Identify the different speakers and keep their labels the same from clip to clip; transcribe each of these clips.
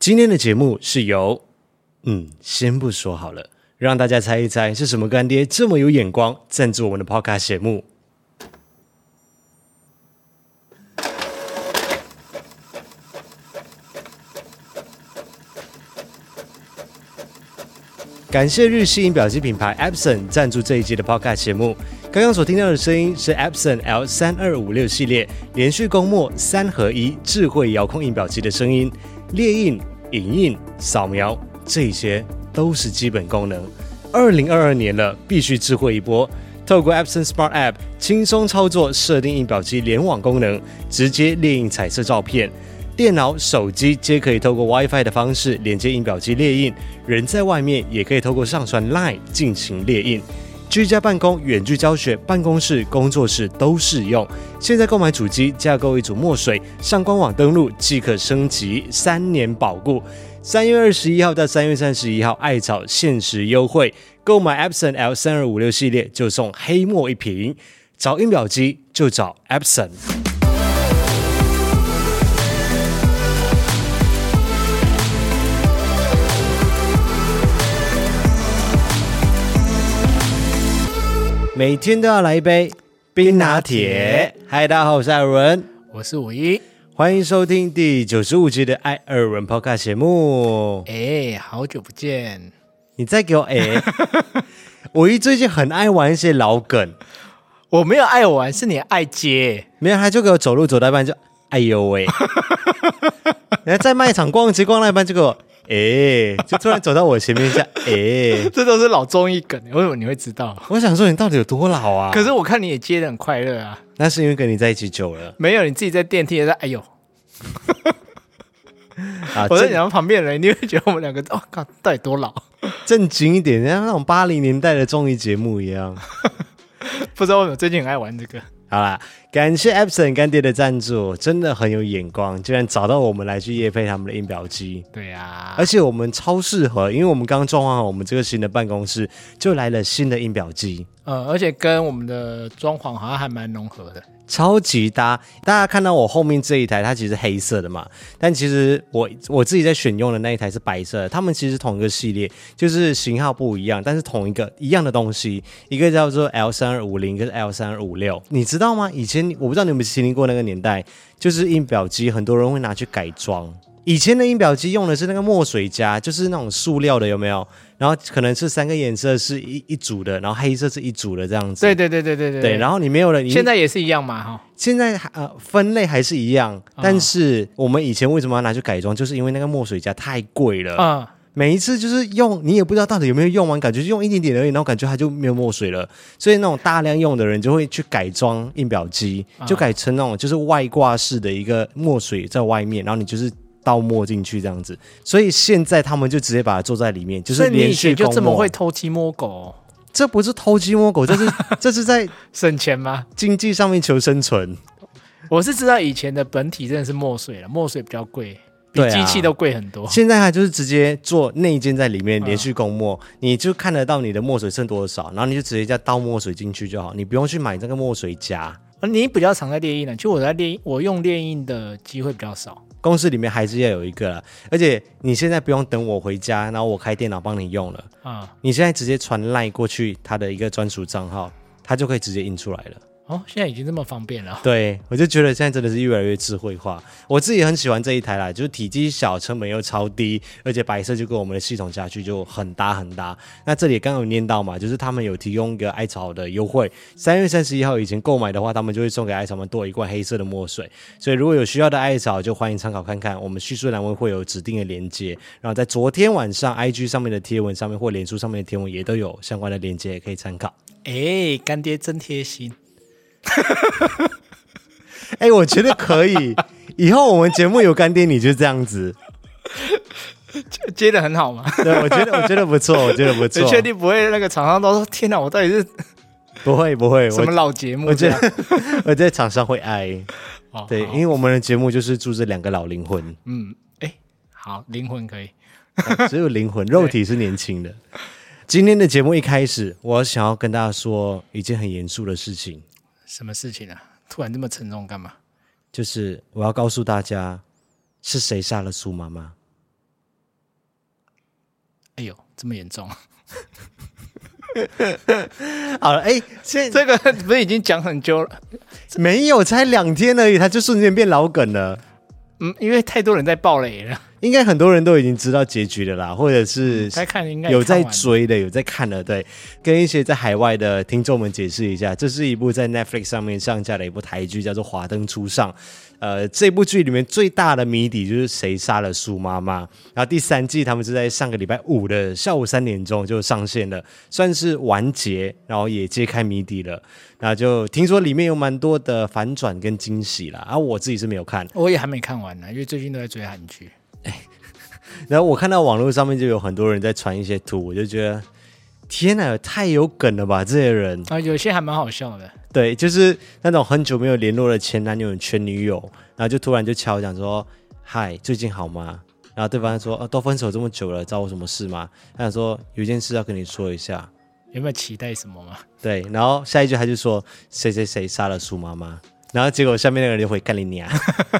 Speaker 1: 今天的节目是由，嗯，先不说好了，让大家猜一猜是什么干爹这么有眼光赞助我们的 Podcast 节目。感谢日系音表机品牌 Epson 赞助这一季的 Podcast 节目。刚刚所听到的声音是 Epson L 三二五六系列连续供墨三合一智慧遥控印表机的声音，列印、影印、扫描，这些都是基本功能。二零二二年了，必须智慧一波。透过 Epson Smart App 轻松操作设定印表机联网功能，直接列印彩色照片。电脑、手机皆可以透过 WiFi 的方式连接印表机列印，人在外面也可以透过上传 Line 进行列印。居家办公、远距教学、办公室、工作室都适用。现在购买主机，架构一组墨水，上官网登录即可升级，三年保固。三月二十一号到三月三十一号，艾草限时优惠，购买 Epson L 三二五六系列就送黑墨一瓶。找印表机就找 Epson。每天都要来一杯冰拿铁。嗨，大家好，我是艾尔文，
Speaker 2: 我是五一。
Speaker 1: 欢迎收听第九十五集的艾尔文 Podcast 节目。
Speaker 2: 哎、好久不见！
Speaker 1: 你再给我 哎、我一最近很爱玩一些老梗，
Speaker 2: 我没有爱玩，是你爱接。
Speaker 1: 没有他就给我走路走到一半就哎呦喂，然后在卖场逛街逛到一半就给我哎、就突然走到我前面一下哎、
Speaker 2: 这都是老综艺梗，为什么你会知道？
Speaker 1: 我想说你到底有多老啊？
Speaker 2: 可是我看你也接的很快乐啊。
Speaker 1: 那是因为跟你在一起久了
Speaker 2: 没有，你自己在电梯也在，哎呦！
Speaker 1: 啊，
Speaker 2: 我在
Speaker 1: 正
Speaker 2: 讲旁边的人，你会觉得我们两个， 哦，靠，到底多老？
Speaker 1: 正经一点，像那种八零年代的综艺节目一样。
Speaker 2: 不知道为什么最近很爱玩这个。
Speaker 1: 好啦，感谢 Epson 干爹的赞助，真的很有眼光，居然找到我们来去夜配他们的印表机，
Speaker 2: 对啊呀、
Speaker 1: 而且我们超适合，因为我们刚装潢好我们这个新的办公室，就来了新的印表机，
Speaker 2: 呃，而且跟我们的装潢好像还蛮融合的。
Speaker 1: 超级搭。大家看到我后面这一台，它其实黑色的嘛，但其实我我自己在选用的那一台是白色的，它们其实同一个系列，就是型号不一样，但是同一个一样的东西，一个叫做 L 三二五零，一个是 L 三二五六，你知道吗？以前我不知道你有没有经历过那个年代，就是印表机，很多人会拿去改装。以前的印表机用的是那个墨水夹，就是那种塑料的，有没有？然后可能是三个颜色是一一组的，然后黑色是一组的这样子。
Speaker 2: 对对对对对对
Speaker 1: 对，然后你没有了，你
Speaker 2: 现在也是一样嘛，哈。
Speaker 1: 现在还呃分类还是一样，但是我们以前为什么要拿去改装，就是因为那个墨水夹太贵了。
Speaker 2: 嗯，
Speaker 1: 每一次就是用，你也不知道到底有没有用完，感觉就用一点点而已，然后感觉它就没有墨水了。所以那种大量用的人就会去改装印表机，
Speaker 2: 啊
Speaker 1: 就改成那种就是外挂式的一个墨水在外面，然后你就是。倒墨进去这样子，所以现在他们就直接把它做在里面，就
Speaker 2: 所
Speaker 1: 是
Speaker 2: 以你
Speaker 1: 连
Speaker 2: 以
Speaker 1: 续
Speaker 2: 前就这么
Speaker 1: 供墨
Speaker 2: 会，偷鸡摸狗哦、
Speaker 1: 这不是偷鸡摸狗，这是这是在
Speaker 2: 省钱吗？
Speaker 1: 经济上面求生存。
Speaker 2: 我是知道以前的本体真的是墨水了，墨水比较贵，比
Speaker 1: 对啊
Speaker 2: 机器都贵很多。
Speaker 1: 现在它啊就是直接做内建在里面
Speaker 2: 嗯
Speaker 1: 连续供墨，你就看得到你的墨水剩多少，然后你就直接再倒墨水进去就好，你不用去买这个墨水夹。
Speaker 2: 而你比较常在猎鹰呢，就我在猎鹰，我用猎鹰的机会比较少。
Speaker 1: 公司里面还是要有一个啦，而且你现在不用等我回家，然后我开电脑帮你用了，
Speaker 2: 啊、
Speaker 1: 你现在直接传赖过去他的一个专属账号，他就可以直接印出来了。
Speaker 2: 哦，现在已经这么方便了。
Speaker 1: 对我就觉得现在真的是越来越智慧化，我自己很喜欢这一台啦，就是体积小，成本又超低，而且白色就跟我们的系统下去就很搭很搭。那这里刚刚有念到嘛，就是他们有提供一个艾草的优惠，三月三十一号以前购买的话，他们就会送给艾草们多一罐黑色的墨水。所以如果有需要的艾草，就欢迎参考看看，我们叙述栏位会有指定的连接，然后在昨天晚上 IG 上面的贴文上面或脸书上面的贴文也都有相关的连接，也可以参考。
Speaker 2: 哎，干爹真贴心。
Speaker 1: 哎、我觉得可以。以后我们节目有干爹，你就这样子。
Speaker 2: 接 接的很好嘛？
Speaker 1: 对，我觉得我觉得不错，我觉得不
Speaker 2: 你
Speaker 1: 错。
Speaker 2: 确定不会那个厂商都说天哪，我到底是
Speaker 1: 不会不会，
Speaker 2: 什么
Speaker 1: 我
Speaker 2: 老节目
Speaker 1: 我
Speaker 2: 这
Speaker 1: 觉
Speaker 2: 样？
Speaker 1: 得 我在场上会挨。
Speaker 2: 哦
Speaker 1: 对，
Speaker 2: 好
Speaker 1: 因为我们的节目就是住这两个老灵魂，
Speaker 2: 嗯，哎，好，灵魂可以。
Speaker 1: 只有灵魂，肉体是年轻的。今天的节目一开始，我想要跟大家说一件很严肃的事情，
Speaker 2: 什么事情啊？突然这么沉重干嘛？
Speaker 1: 就是我要告诉大家是谁杀了苏妈妈。
Speaker 2: 哎呦，这么严重？
Speaker 1: 好了，哎、现在
Speaker 2: 这个 不是已经讲很久了？
Speaker 1: 没有才两天而已，他就瞬间变老梗了。
Speaker 2: 嗯，因为太多人在爆雷了，
Speaker 1: 应该很多人都已经知道结局了啦，或者是
Speaker 2: 该看应该也
Speaker 1: 有在
Speaker 2: 看完了
Speaker 1: 追的，有在看的，对，跟一些在海外的听众们解释一下，这是一部在 Netflix 上面上架的一部台剧，叫做《华灯初上》。呃，这部剧里面最大的谜底就是谁杀了苏妈妈。然后第三季他们是在上个礼拜五的下午三点钟就上线了，算是完结，然后也揭开谜底了。那就听说里面有蛮多的反转跟惊喜啦，啊，我自己是没有看。
Speaker 2: 我也还没看完呢，因为最近都在追韩剧。
Speaker 1: 然后我看到网络上面就有很多人在传一些图，我就觉得天哪，太有梗了吧！这些人，
Speaker 2: 啊，有些还蛮好笑的。
Speaker 1: 对，就是那种很久没有联络的前男友、前女友，然后就突然就敲讲说：“嗨，最近好吗？”然后对方说：“呃、都分手这么久了，找我什么事吗？”他想说：“有件事要跟你说一下。
Speaker 2: 有没有期待什么吗？”
Speaker 1: 对，然后下一句他就说：“谁谁谁杀了苏妈妈。”然后结果下面那个人就回干你娘！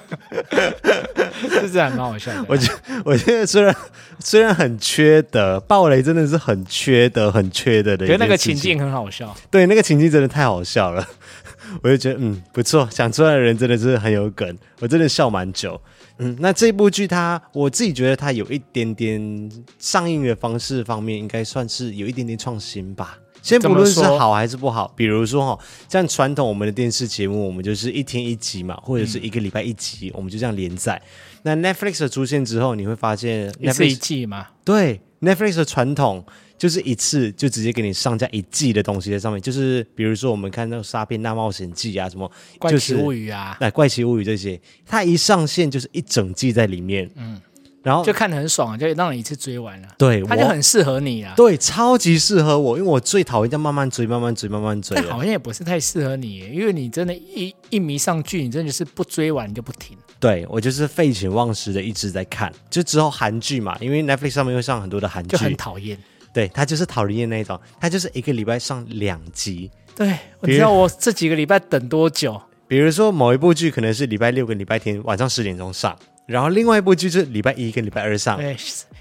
Speaker 2: 就是还蛮好笑的。
Speaker 1: 我觉我觉得虽然虽然很缺德，暴雷真的是很缺德、很缺德的一
Speaker 2: 觉
Speaker 1: 件事情。啊
Speaker 2: 得那个情境很好笑。
Speaker 1: 对，那个情境真的太好笑了， 我就觉得嗯不错，想出来的人真的是很有梗，我真的笑蛮久。嗯，那这部剧它我自己觉得它有一点点上映的方式方面，应该算是有一点点创新吧。先不论是
Speaker 2: 怎么说
Speaker 1: 好还是不好，比如说哈、像传统我们的电视节目，我们就是一天一集嘛，或者
Speaker 2: 嗯
Speaker 1: 是一个礼拜一集，我们就这样连载。那 Netflix 的出现之后，你会发现
Speaker 2: 一次
Speaker 1: Netflix
Speaker 2: 一季嘛，
Speaker 1: 对，Netflix 的传统就是一次就直接给你上架一季的东西在上面，就是比如说我们看那个《沙片大冒险记》啊，什么
Speaker 2: 《怪
Speaker 1: 就是
Speaker 2: 奇物语》啊，
Speaker 1: 哎《怪奇物语》这些，它一上线就是一整季在里面，嗯，然后
Speaker 2: 就看得很爽，啊就让你一次追完了，
Speaker 1: 对，
Speaker 2: 它就
Speaker 1: 我
Speaker 2: 很适合你啊。
Speaker 1: 对，超级适合我，因为我最讨厌这样慢慢追、慢慢追、慢慢追
Speaker 2: 但
Speaker 1: 了。
Speaker 2: 好像也不是太适合你耶，因为你真的一一迷上剧，你真的是不追完你就不停。
Speaker 1: 对我就是废寝忘食的一直在看，就之后韩剧嘛，因为 Netflix 上面会上很多的韩
Speaker 2: 就很
Speaker 1: 剧，
Speaker 2: 讨厌。
Speaker 1: 对，它就是讨人厌那一种，它就是一个礼拜上两集，
Speaker 2: 对，我
Speaker 1: 别
Speaker 2: 知道我这几个礼拜等多久，
Speaker 1: 比如说某一部剧可能是礼拜六跟礼拜天晚上十点钟上，然后另外一部剧是礼拜一跟礼拜二上。
Speaker 2: 对，哎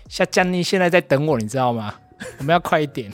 Speaker 2: 像江妮现在在等我，你知道吗？我们要快一点，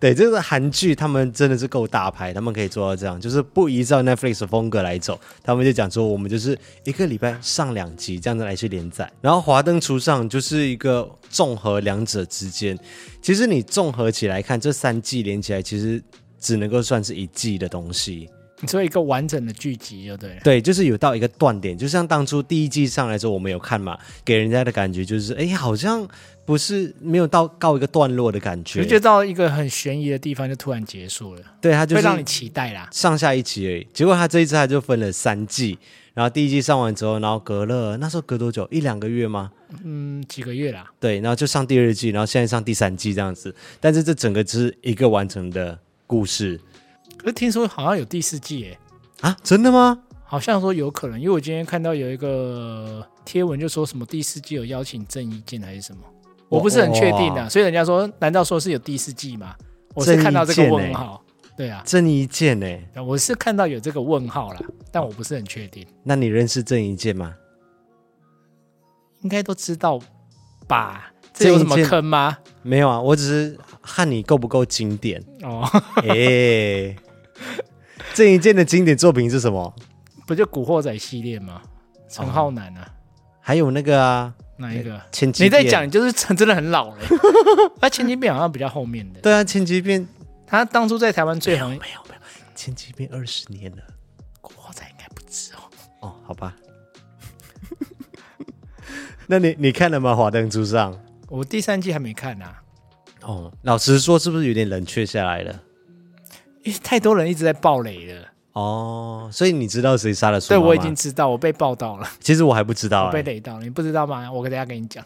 Speaker 1: 对，这个韩剧他们真的是够大牌，他们可以做到这样，就是不依照 Netflix 的风格来走，他们就讲说我们就是一个礼拜上两集这样子来去连载。然后《华灯初上》就是一个综合两者之间，其实你综合起来看，这三季连起来其实只能够算是一季的东西。
Speaker 2: 你做一个完整的剧集就对了。
Speaker 1: 对，就是有到一个断点，就像当初第一季上来的时候，我们有看嘛，给人家的感觉就是，哎，好像不是没有到告一个段落的感觉
Speaker 2: 就，觉得到一个很悬疑的地方就突然结束了，
Speaker 1: 对，它就
Speaker 2: 会
Speaker 1: 是
Speaker 2: 让你期待啦。
Speaker 1: 上下一集而已。结果它这一次它就分了三季，然后第一季上完之后，然后隔了那时候隔多久？一两个月吗？
Speaker 2: 嗯，几个月啦，
Speaker 1: 对，然后就上第二季，然后现在上第三季这样子。但是这整个只是一个完整的故事
Speaker 2: 可是听说好像有第四季耶，
Speaker 1: 啊？真的吗？
Speaker 2: 好像说有可能，因为我今天看到有一个贴文就说什么第四季有邀请郑伊健还是什么，我不是很确定的、啊
Speaker 1: 哇
Speaker 2: 所以人家说，难道说是有第四季吗？我是
Speaker 1: 郑伊
Speaker 2: 看到这个
Speaker 1: 健
Speaker 2: 问
Speaker 1: 耶
Speaker 2: 号，对啊，
Speaker 1: 郑伊健呢、
Speaker 2: 我是看到有这个问号啦，但我不是很确定，
Speaker 1: 那你认识郑伊健吗？
Speaker 2: 应该都知道吧？这
Speaker 1: 郑伊
Speaker 2: 有
Speaker 1: 健
Speaker 2: 什么坑吗？
Speaker 1: 没有啊，我只是看你够不够经典。
Speaker 2: 哦，
Speaker 1: 哎、郑伊健的经典作品是什么？
Speaker 2: 不就《古惑仔》系列吗？陈浩南啊，
Speaker 1: 还有那个啊，
Speaker 2: 哪一个？
Speaker 1: 千机
Speaker 2: 你在
Speaker 1: 变
Speaker 2: 讲，你就是真真的很老 了欸。他千金变好像比较后面的，
Speaker 1: 对啊，千机变
Speaker 2: 他当初在台湾最红，
Speaker 1: 没有没有，千机变二十年了
Speaker 2: 古惑仔应该不止哦。
Speaker 1: 哦，好吧。 那你你看了吗？《华灯初上》
Speaker 2: 我第三季还没看啊，
Speaker 1: 哦，老实说，是不是有点冷却下来了？
Speaker 2: 因为太多人一直在爆雷了。
Speaker 1: 哦，所以你知道谁杀了苏
Speaker 2: 对，
Speaker 1: 妈妈
Speaker 2: 我已经，知道，我被爆到了，
Speaker 1: 其实我还不知道、
Speaker 2: 我被
Speaker 1: 哎，
Speaker 2: 雷到了，你不知道吗？我等一下跟你讲。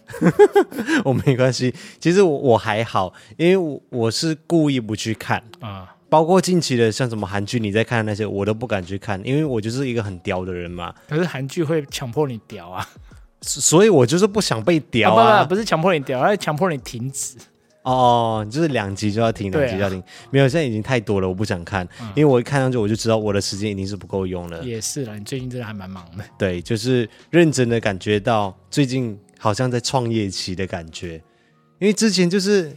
Speaker 1: 我没关系。其实我我还好，因为我我是故意不去看，
Speaker 2: 啊、
Speaker 1: 包括近期的像什么韩剧，你在看的那些，我都不敢去看，因为我就是一个很刁的人嘛，
Speaker 2: 可是韩剧会强迫你屌啊，
Speaker 1: 所所以我就是不想被刁
Speaker 2: 啊不
Speaker 1: 啊
Speaker 2: 不。不是强迫你屌，而是强迫你停止。
Speaker 1: 哦，就是两集就要停，两
Speaker 2: 对啊嗯
Speaker 1: 集就要停，没有，现在已经太多了，我不想看，因为我一看上去我就知道我的时间一定是不够用了。
Speaker 2: 也是啦，你最近真的还蛮忙的。
Speaker 1: 对，就是认真的感觉到最近好像在创业期的感觉。因为之前就是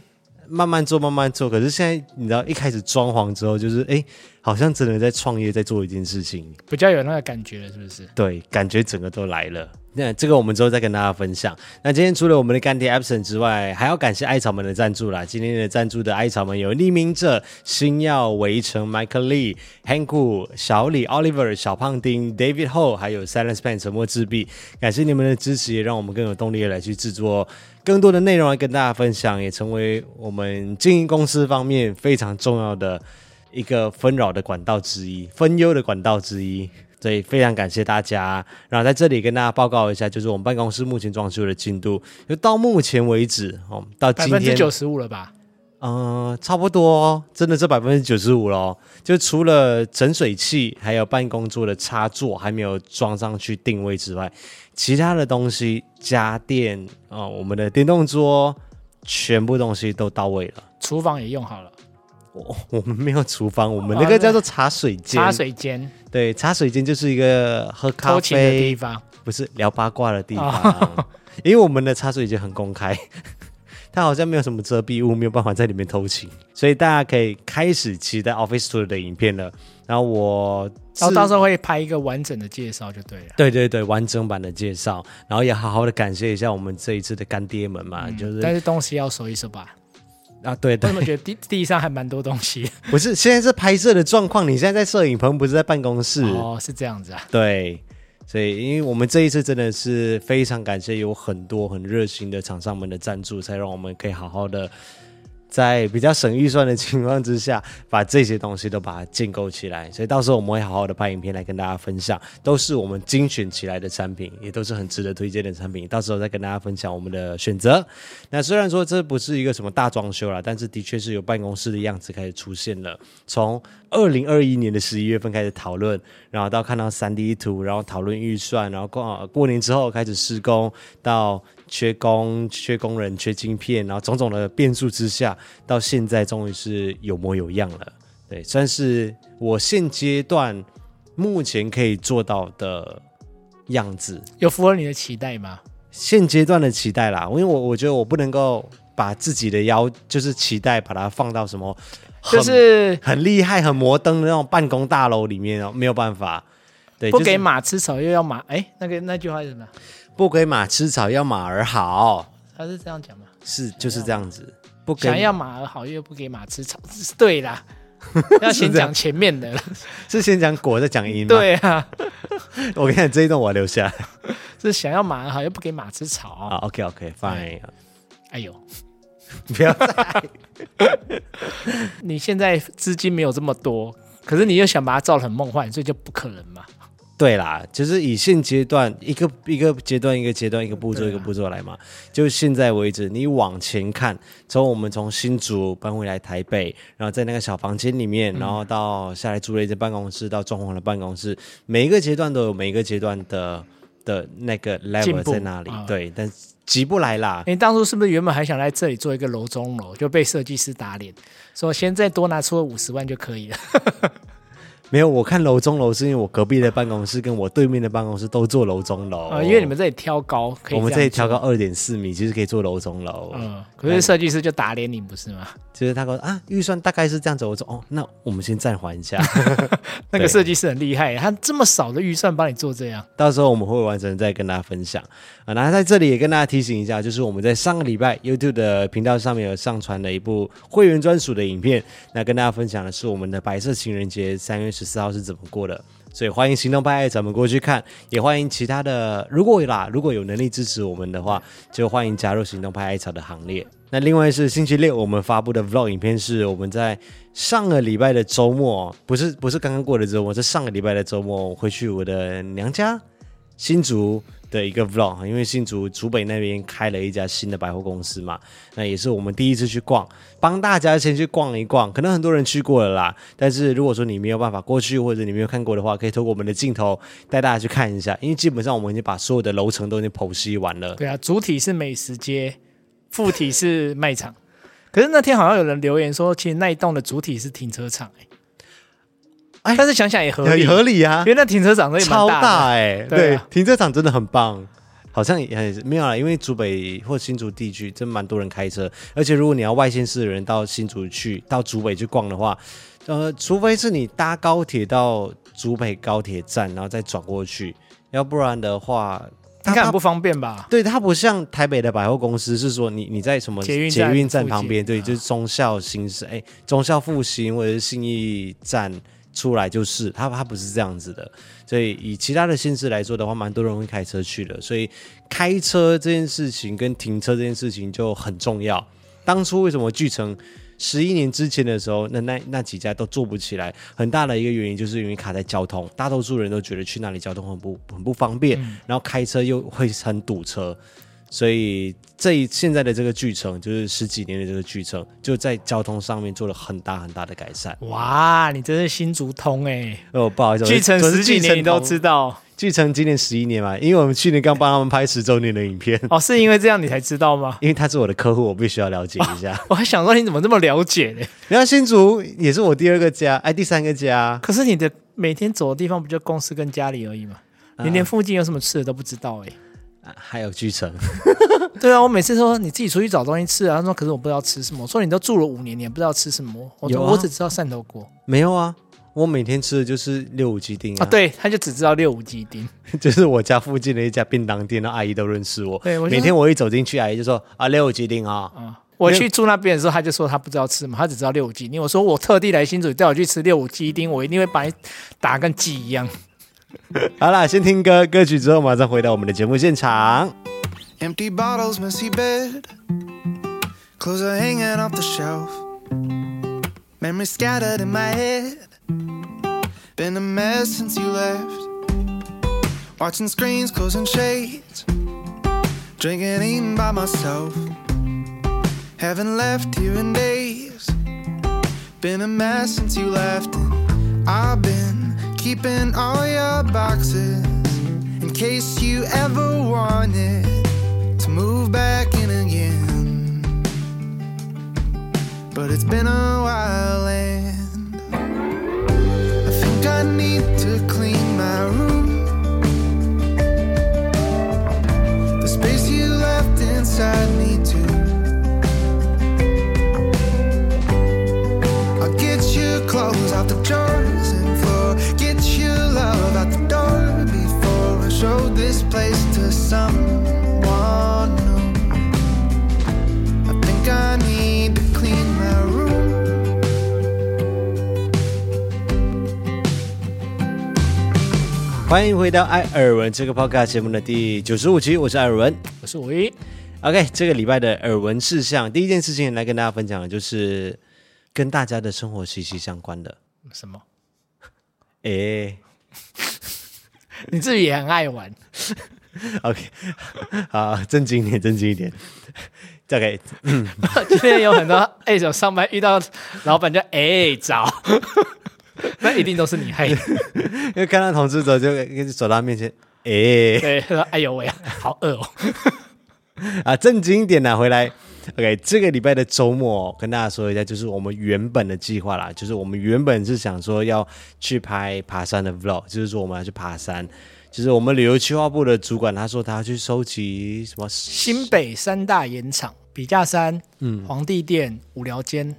Speaker 1: 慢慢做慢慢做，可是现在你知道一开始装潢之后，就是哎，好像真的在创业，在做一件事情，
Speaker 2: 比较有那个感觉了，是不是？
Speaker 1: 对，感觉整个都来了。那这个我们之后再跟大家分享。那今天除了我们的干爹 Epson 之外，还要感谢艾草们的赞助啦。今天的赞助的艾草们有匿名者、星耀、围城、Michael Lee、Hanku、小李、Oliver、小胖丁、David Ho，还有 Silence Pen 沉默自闭。感谢你们的支持，也让我们更有动力地来去制作更多的内容来跟大家分享，也成为我们经营公司方面非常重要的一个纷扰的管道之一，分忧的管道之一。所以非常感谢大家。然后在这里跟大家报告一下，就是我们办公室目前装修的进度，就到目前为止哦，到
Speaker 2: 百
Speaker 1: 今
Speaker 2: 分之
Speaker 1: 天，
Speaker 2: 九十五了吧？
Speaker 1: 嗯、差不多、哦，真的是百分之九十五咯。就除了整水器还有办公桌的插座还没有装上去定位之外，其他的东西，家电啊、哦我们的电动桌，全部东西都到位了。
Speaker 2: 厨房也用好了，
Speaker 1: 我我们没有厨房，我们那个叫做茶水间。
Speaker 2: 哦茶水间、
Speaker 1: 对，茶水间就是一个喝咖
Speaker 2: 偷情的地
Speaker 1: 啡，
Speaker 2: 方，
Speaker 1: 不是聊八卦的地
Speaker 2: 啊
Speaker 1: 方， 因为我们的茶水间很公开， 它好像没有什么遮蔽物，没有办法在里面偷情，所以大家可以开始期待 Office Tour 的影片了。然后我是，
Speaker 2: 然后到时候会拍一个完整的介绍就对了。
Speaker 1: 对对对，完整版的介绍，然后也好好的感谢一下我们这一次的干爹们嘛，
Speaker 2: 嗯
Speaker 1: 就是
Speaker 2: 但是东西要收一收吧。
Speaker 1: 啊，对
Speaker 2: 我
Speaker 1: 对
Speaker 2: 怎，么觉得地地上还蛮多东西？
Speaker 1: 不是现在是拍摄的状况，你现在在摄影 棚，不是在办公室，
Speaker 2: 哦，是这样子啊。
Speaker 1: 对，所以因为我们这一次真的是非常感谢有很多很热心的厂商们的赞助，才让我们可以好好的在比较省预算的情况之下，把这些东西都把它建构起来。所以到时候我们会好好的拍影片来跟大家分享，都是我们精选起来的产品，也都是很值得推荐的产品。到时候再跟大家分享我们的选择。那虽然说这不是一个什么大装修啦，但是的确是有办公室的样子开始出现了。从二零二一年的十一月份开始讨论，然后到看到三 D 图，然后讨论预算，然后过呃过年之后开始施工，到缺工、缺工人、缺晶片，然后种种的变数之下，到现在终于是有模有样了。对，算是我现阶段目前可以做到的样子。
Speaker 2: 有符合你的期待吗？
Speaker 1: 现阶段的期待啦，因为我我觉得我不能够把自己的要就是期待把它放到什么很，
Speaker 2: 就是
Speaker 1: 很厉害、很摩登的那种办公大楼里面哦，没有办法。对，
Speaker 2: 不
Speaker 1: 就是
Speaker 2: 给马吃草，又要马。哎，那个那句话是什么？
Speaker 1: 不给马吃草，要马儿好，
Speaker 2: 他是这样讲吗？
Speaker 1: 是就是这样子。不给
Speaker 2: 想要马儿好，又不给马吃草，是对 啦。要先讲前面的啦，
Speaker 1: 是先讲果再讲因吗？，
Speaker 2: 对啊，
Speaker 1: 我跟你讲这一段我要留下来。
Speaker 2: 是想要马儿好，又不给马吃草。
Speaker 1: 好，OK OK fine，
Speaker 2: 哎呦，
Speaker 1: 不 要再
Speaker 2: 你现在资金没有这么多，可是你又想把它造得很梦幻，所以就不可能嘛。
Speaker 1: 对啦，就是以现阶段一个一个阶段一个阶段一个步骤
Speaker 2: 对啊
Speaker 1: 一个步骤来嘛。就现在为止，你往前看，从我们从新竹搬回来台北，然后在那个小房间里面，然后到下来租了一间办公室，到装潢的办公室，每一个阶段都有每一个阶段的的那个
Speaker 2: 进
Speaker 1: level
Speaker 2: 步
Speaker 1: 在那里
Speaker 2: 啊，
Speaker 1: 对，但急不来啦。
Speaker 2: 你当初是不是原本还想在这里做一个楼中楼，就被设计师打脸，说先再多拿出五十万就可以了。
Speaker 1: 没有，我看楼中楼是因为我隔壁的办公室跟我对面的办公室都做楼中楼
Speaker 2: 啊、因为你们这里挑高，可
Speaker 1: 哦
Speaker 2: 以
Speaker 1: 我们
Speaker 2: 这
Speaker 1: 这里
Speaker 2: 样
Speaker 1: 调
Speaker 2: 做
Speaker 1: 高，二点四米，其实可以做楼中楼。
Speaker 2: 嗯，可是设计师就打脸你不是吗？
Speaker 1: 就是他说啊，预算大概是这样子。我说哦，那我们先暂缓一下，
Speaker 2: 那个设计师很厉害，他这么少的预算帮你做这样，
Speaker 1: 到时候我们会完成再跟大家分享啊。那在这里也跟大家提醒一下，就是我们在上个礼拜 YouTube 的频道上面有上传了一部会员专属的影片，那跟大家分享的是我们的白色情人节三月十四号是怎么过的。所以欢迎行动派爱咱们过去看，也欢迎其他的，如果啦，如果有能力支持我们的话，就欢迎加入行动派艾草的行列。那另外是星期六我们发布的 vlog 影片，是我们在上个礼拜的周末，不是不是刚刚过的周末，是上个礼拜的周末，我回去我的娘家新竹的一个 vlog，因为新竹竹北那边开了一家新的百货公司嘛，那也是我们第一次去逛，帮大家先去逛一逛。可能很多人去过了啦，但是如果说你没有办法过去，或者你没有看过的话，可以透过我们的镜头带大家去看一下，因为基本上我们已经把所有的楼层都已经剖析完了。
Speaker 2: 对啊，主体是美食街，副体是卖场。 可是那天好像有人留言说，其实那一栋的主体是停车场、欸，
Speaker 1: 哎
Speaker 2: 但是想想也合理，
Speaker 1: 很合理啊
Speaker 2: 因，为那停车场真的也蛮
Speaker 1: 超
Speaker 2: 大的，
Speaker 1: 哎、
Speaker 2: 对
Speaker 1: 对
Speaker 2: 啊，
Speaker 1: 停车场真的很棒。好像也很没有啦，因为竹北或新竹地区真蛮多人开车，而且如果你要外县市的人到新竹去，到竹北去逛的话，呃，除非是你搭高铁到竹北高铁站，然后再转过去，要不然的话，
Speaker 2: 应
Speaker 1: 它
Speaker 2: 该
Speaker 1: 它
Speaker 2: 很不方便吧？
Speaker 1: 对，它不像台北的百货公司，是说你你在什么
Speaker 2: 捷运
Speaker 1: 捷
Speaker 2: 站
Speaker 1: 运站
Speaker 2: 附
Speaker 1: 旁
Speaker 2: 近
Speaker 1: 边，对，
Speaker 2: 啊
Speaker 1: 就是忠孝新生，哎，忠孝复兴或者是信义站出来就是，它它不是这样子的。所以以其他的县市来说的话，蛮多人会开车去的，所以开车这件事情跟停车这件事情就很重要。当初为什么巨城十一年之前的时候，那那那几家都做不起来，很大的一个原因就是因为卡在交通，大多数人都觉得去那里交通很不很不方便，然后开车又会很堵车，所以这一现在的这个巨城，就是十几年的这个巨城，就在交通上面做了很大很大的改善。
Speaker 2: 哇，你真是新竹通哎、
Speaker 1: 哦，不好意思，我是
Speaker 2: 巨城
Speaker 1: 我是
Speaker 2: 十几
Speaker 1: 巨城
Speaker 2: 年你都
Speaker 1: 同
Speaker 2: 知 道
Speaker 1: 巨城今年十一年嘛，因为我们去年刚帮他们拍十周年的影片，
Speaker 2: 哦，是因为这样你才知道吗？
Speaker 1: 因为他是我的客户，我必须要了解一 下。
Speaker 2: 我还想说你怎么这么了解呢？
Speaker 1: 然后新竹也是我第二个家，哎，第三个家，
Speaker 2: 可是你的每天走的地方不就公司跟家里而已吗？你连附近有什么吃的都不知道哎、
Speaker 1: 啊还有巨城。
Speaker 2: 对啊，我每次说你自己出去找东西吃啊，他说可是我不知道吃什么。我说你都住了五年，你也不知道吃什么。我
Speaker 1: 有
Speaker 2: 说、
Speaker 1: 啊
Speaker 2: 我只知道汕头锅
Speaker 1: 没有啊，我每天吃的就是六五鸡丁
Speaker 2: 啊，，对，他就只知道六五鸡丁。
Speaker 1: 就是我家附近的一家便当店，那阿姨都认识我。
Speaker 2: 对我就
Speaker 1: 每天我一走进去，阿姨就说啊，六五鸡丁啊、
Speaker 2: 啊。我去住那边的时候，他就说他不知道吃什么，他只知道六五鸡丁。我说我特地来新竹，你带我去吃六五鸡丁，我一定会把你打跟鸡一样。
Speaker 1: 好啦，先听歌，歌曲之后马上回到我们的节目现场。
Speaker 3: Empty bottles, messy bed. Clothes are hanging off the shelf. Memories scattered in my head. Been a mess since you left. Watching screens, closing shades. Drinking, eating by myself. Haven't left here in days. Been a mess since you left. And I've been keeping all your boxes in case you ever want it to move back in again. But it's been a while, and I think I need to clean my room. The space you left inside me, too. I'll get your clothes out the drawers and floor. Get your love out the door before I show this place to someone new. I think I need to clean my room.
Speaker 1: 欢迎回到艾尔文这个 podcast 节目的第九十五期，我是艾尔文。
Speaker 2: 我说喂，
Speaker 1: OK，这个礼拜的耳闻事项，第一件事情来跟大家分享的就是跟大家的生活息息相关的。
Speaker 2: 什么？
Speaker 1: 诶
Speaker 2: 你自己也很爱玩，
Speaker 1: o k 好，正经一点，正经一点。OK，
Speaker 2: 今天有很多哎，我上班遇到老板就哎 早，那一定都是你害 的。
Speaker 1: 因为看到同志走就走到他面前，诶
Speaker 2: 对，他说哎呦喂，好饿哦。
Speaker 1: 啊，正经一点啦，回来。OK，这个礼拜的周末、跟大家说一下，就是我们原本的计划啦，就是我们原本是想说要去拍爬山的 vlog，就是说我们要去爬山。就是我们旅游计划部的主管他说他要去收集什么
Speaker 2: 新北三大盐场：笔架山、嗯，皇帝殿、五寮间。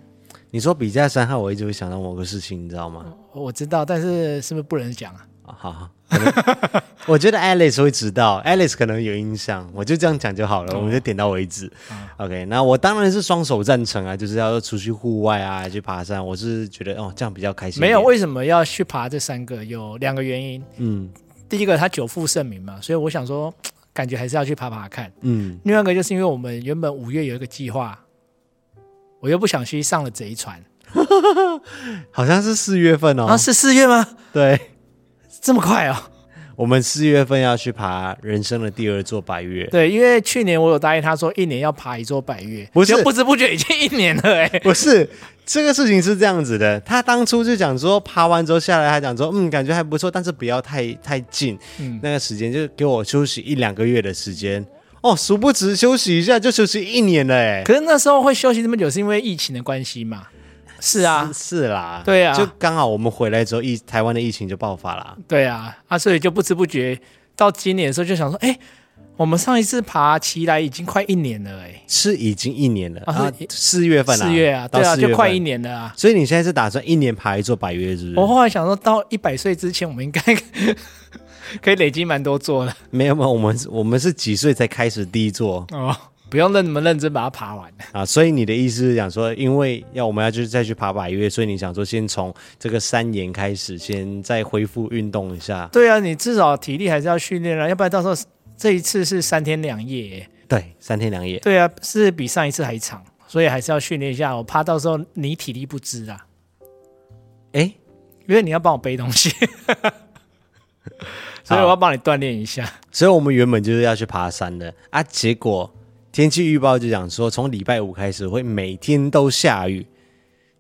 Speaker 1: 你说比价三号，我一直会想到某个事情，你知道吗？
Speaker 2: 我知道，但是是不是不能讲啊？
Speaker 1: 啊好，好 可能我觉得 Alice 会知道，Alice 可能有印象，我就这样讲就好了，
Speaker 2: 哦
Speaker 1: 我们就点到为止。OK，那
Speaker 2: 啊
Speaker 1: 我当然是双手赞成啊，就是要出去户外啊，去爬山，我是觉得哦这样比较开心一
Speaker 2: 没
Speaker 1: 点。
Speaker 2: 有，为什么要去爬这三个？有两个原因。
Speaker 1: 嗯
Speaker 2: 第一个，他久负盛名嘛，所以我想说，感觉还是要去爬爬看。
Speaker 1: 嗯
Speaker 2: 另外一个，就是因为我们原本五月有一个计划，我又不小心上了贼船。
Speaker 1: 好像是四月份哦，
Speaker 2: 啊，是四月吗？
Speaker 1: 对，
Speaker 2: 这么快哦？
Speaker 1: 我们四月份要去爬人生的第二座白月。
Speaker 2: 对，因为去年我有答应他说一年要爬一座百月，
Speaker 1: 不是
Speaker 2: 结果不知不觉已经一年了哎、
Speaker 1: 不是这个事情是这样子的，他当初就讲说爬完之后下来，他讲说嗯感觉还不错，但是不要太太近，
Speaker 2: 嗯
Speaker 1: 那个时间就给我休息一两个月的时间。哦，殊不知休息一下就休息一年了哎。
Speaker 2: 可是那时候会休息这么久，是因为疫情的关系嘛？是啊，
Speaker 1: 是是啦，
Speaker 2: 对啊
Speaker 1: 就刚好我们回来之后，疫台湾的疫情就爆发啦。
Speaker 2: 对啊，啊，所以就不知不觉到今年的时候就想说，哎、我们上一次爬奇来已经快一年了哎、
Speaker 1: 是已经一年了
Speaker 2: 啊
Speaker 1: 啊
Speaker 2: 是，
Speaker 1: 四月份啊，
Speaker 2: 四月啊，
Speaker 1: 到
Speaker 2: 对啊，
Speaker 1: 四月
Speaker 2: 就
Speaker 1: 份
Speaker 2: 快一。年哦了啊。
Speaker 1: 所以你现在是打算一年爬一座百越，是不
Speaker 2: 我
Speaker 1: 是？
Speaker 2: 后来想说，到一百岁之前，我们应该 可以累积蛮多座的
Speaker 1: 没有没有，我们是我们是几岁才开始第一座
Speaker 2: 哦，不用那么认真把它爬完。
Speaker 1: 啊？所以你的意思是讲说，因为要我们要去再去爬百越，所以你想说先从这个山岩开始，先再恢复运动一下。
Speaker 2: 对啊，你至少体力还是要训练啊，要不然到时候这一次是三天两夜欸耶。
Speaker 1: 对，三天两夜。
Speaker 2: 对啊，是比上一次还长，所以还是要训练一下，我怕到时候你体力不支啊，
Speaker 1: 哎，
Speaker 2: 因为你要帮我背 东西，所以我要帮你锻炼一下。
Speaker 1: 所以我们原本就是要去爬山的啊，结果天气预报就讲说，从礼拜五开始会每天都下雨。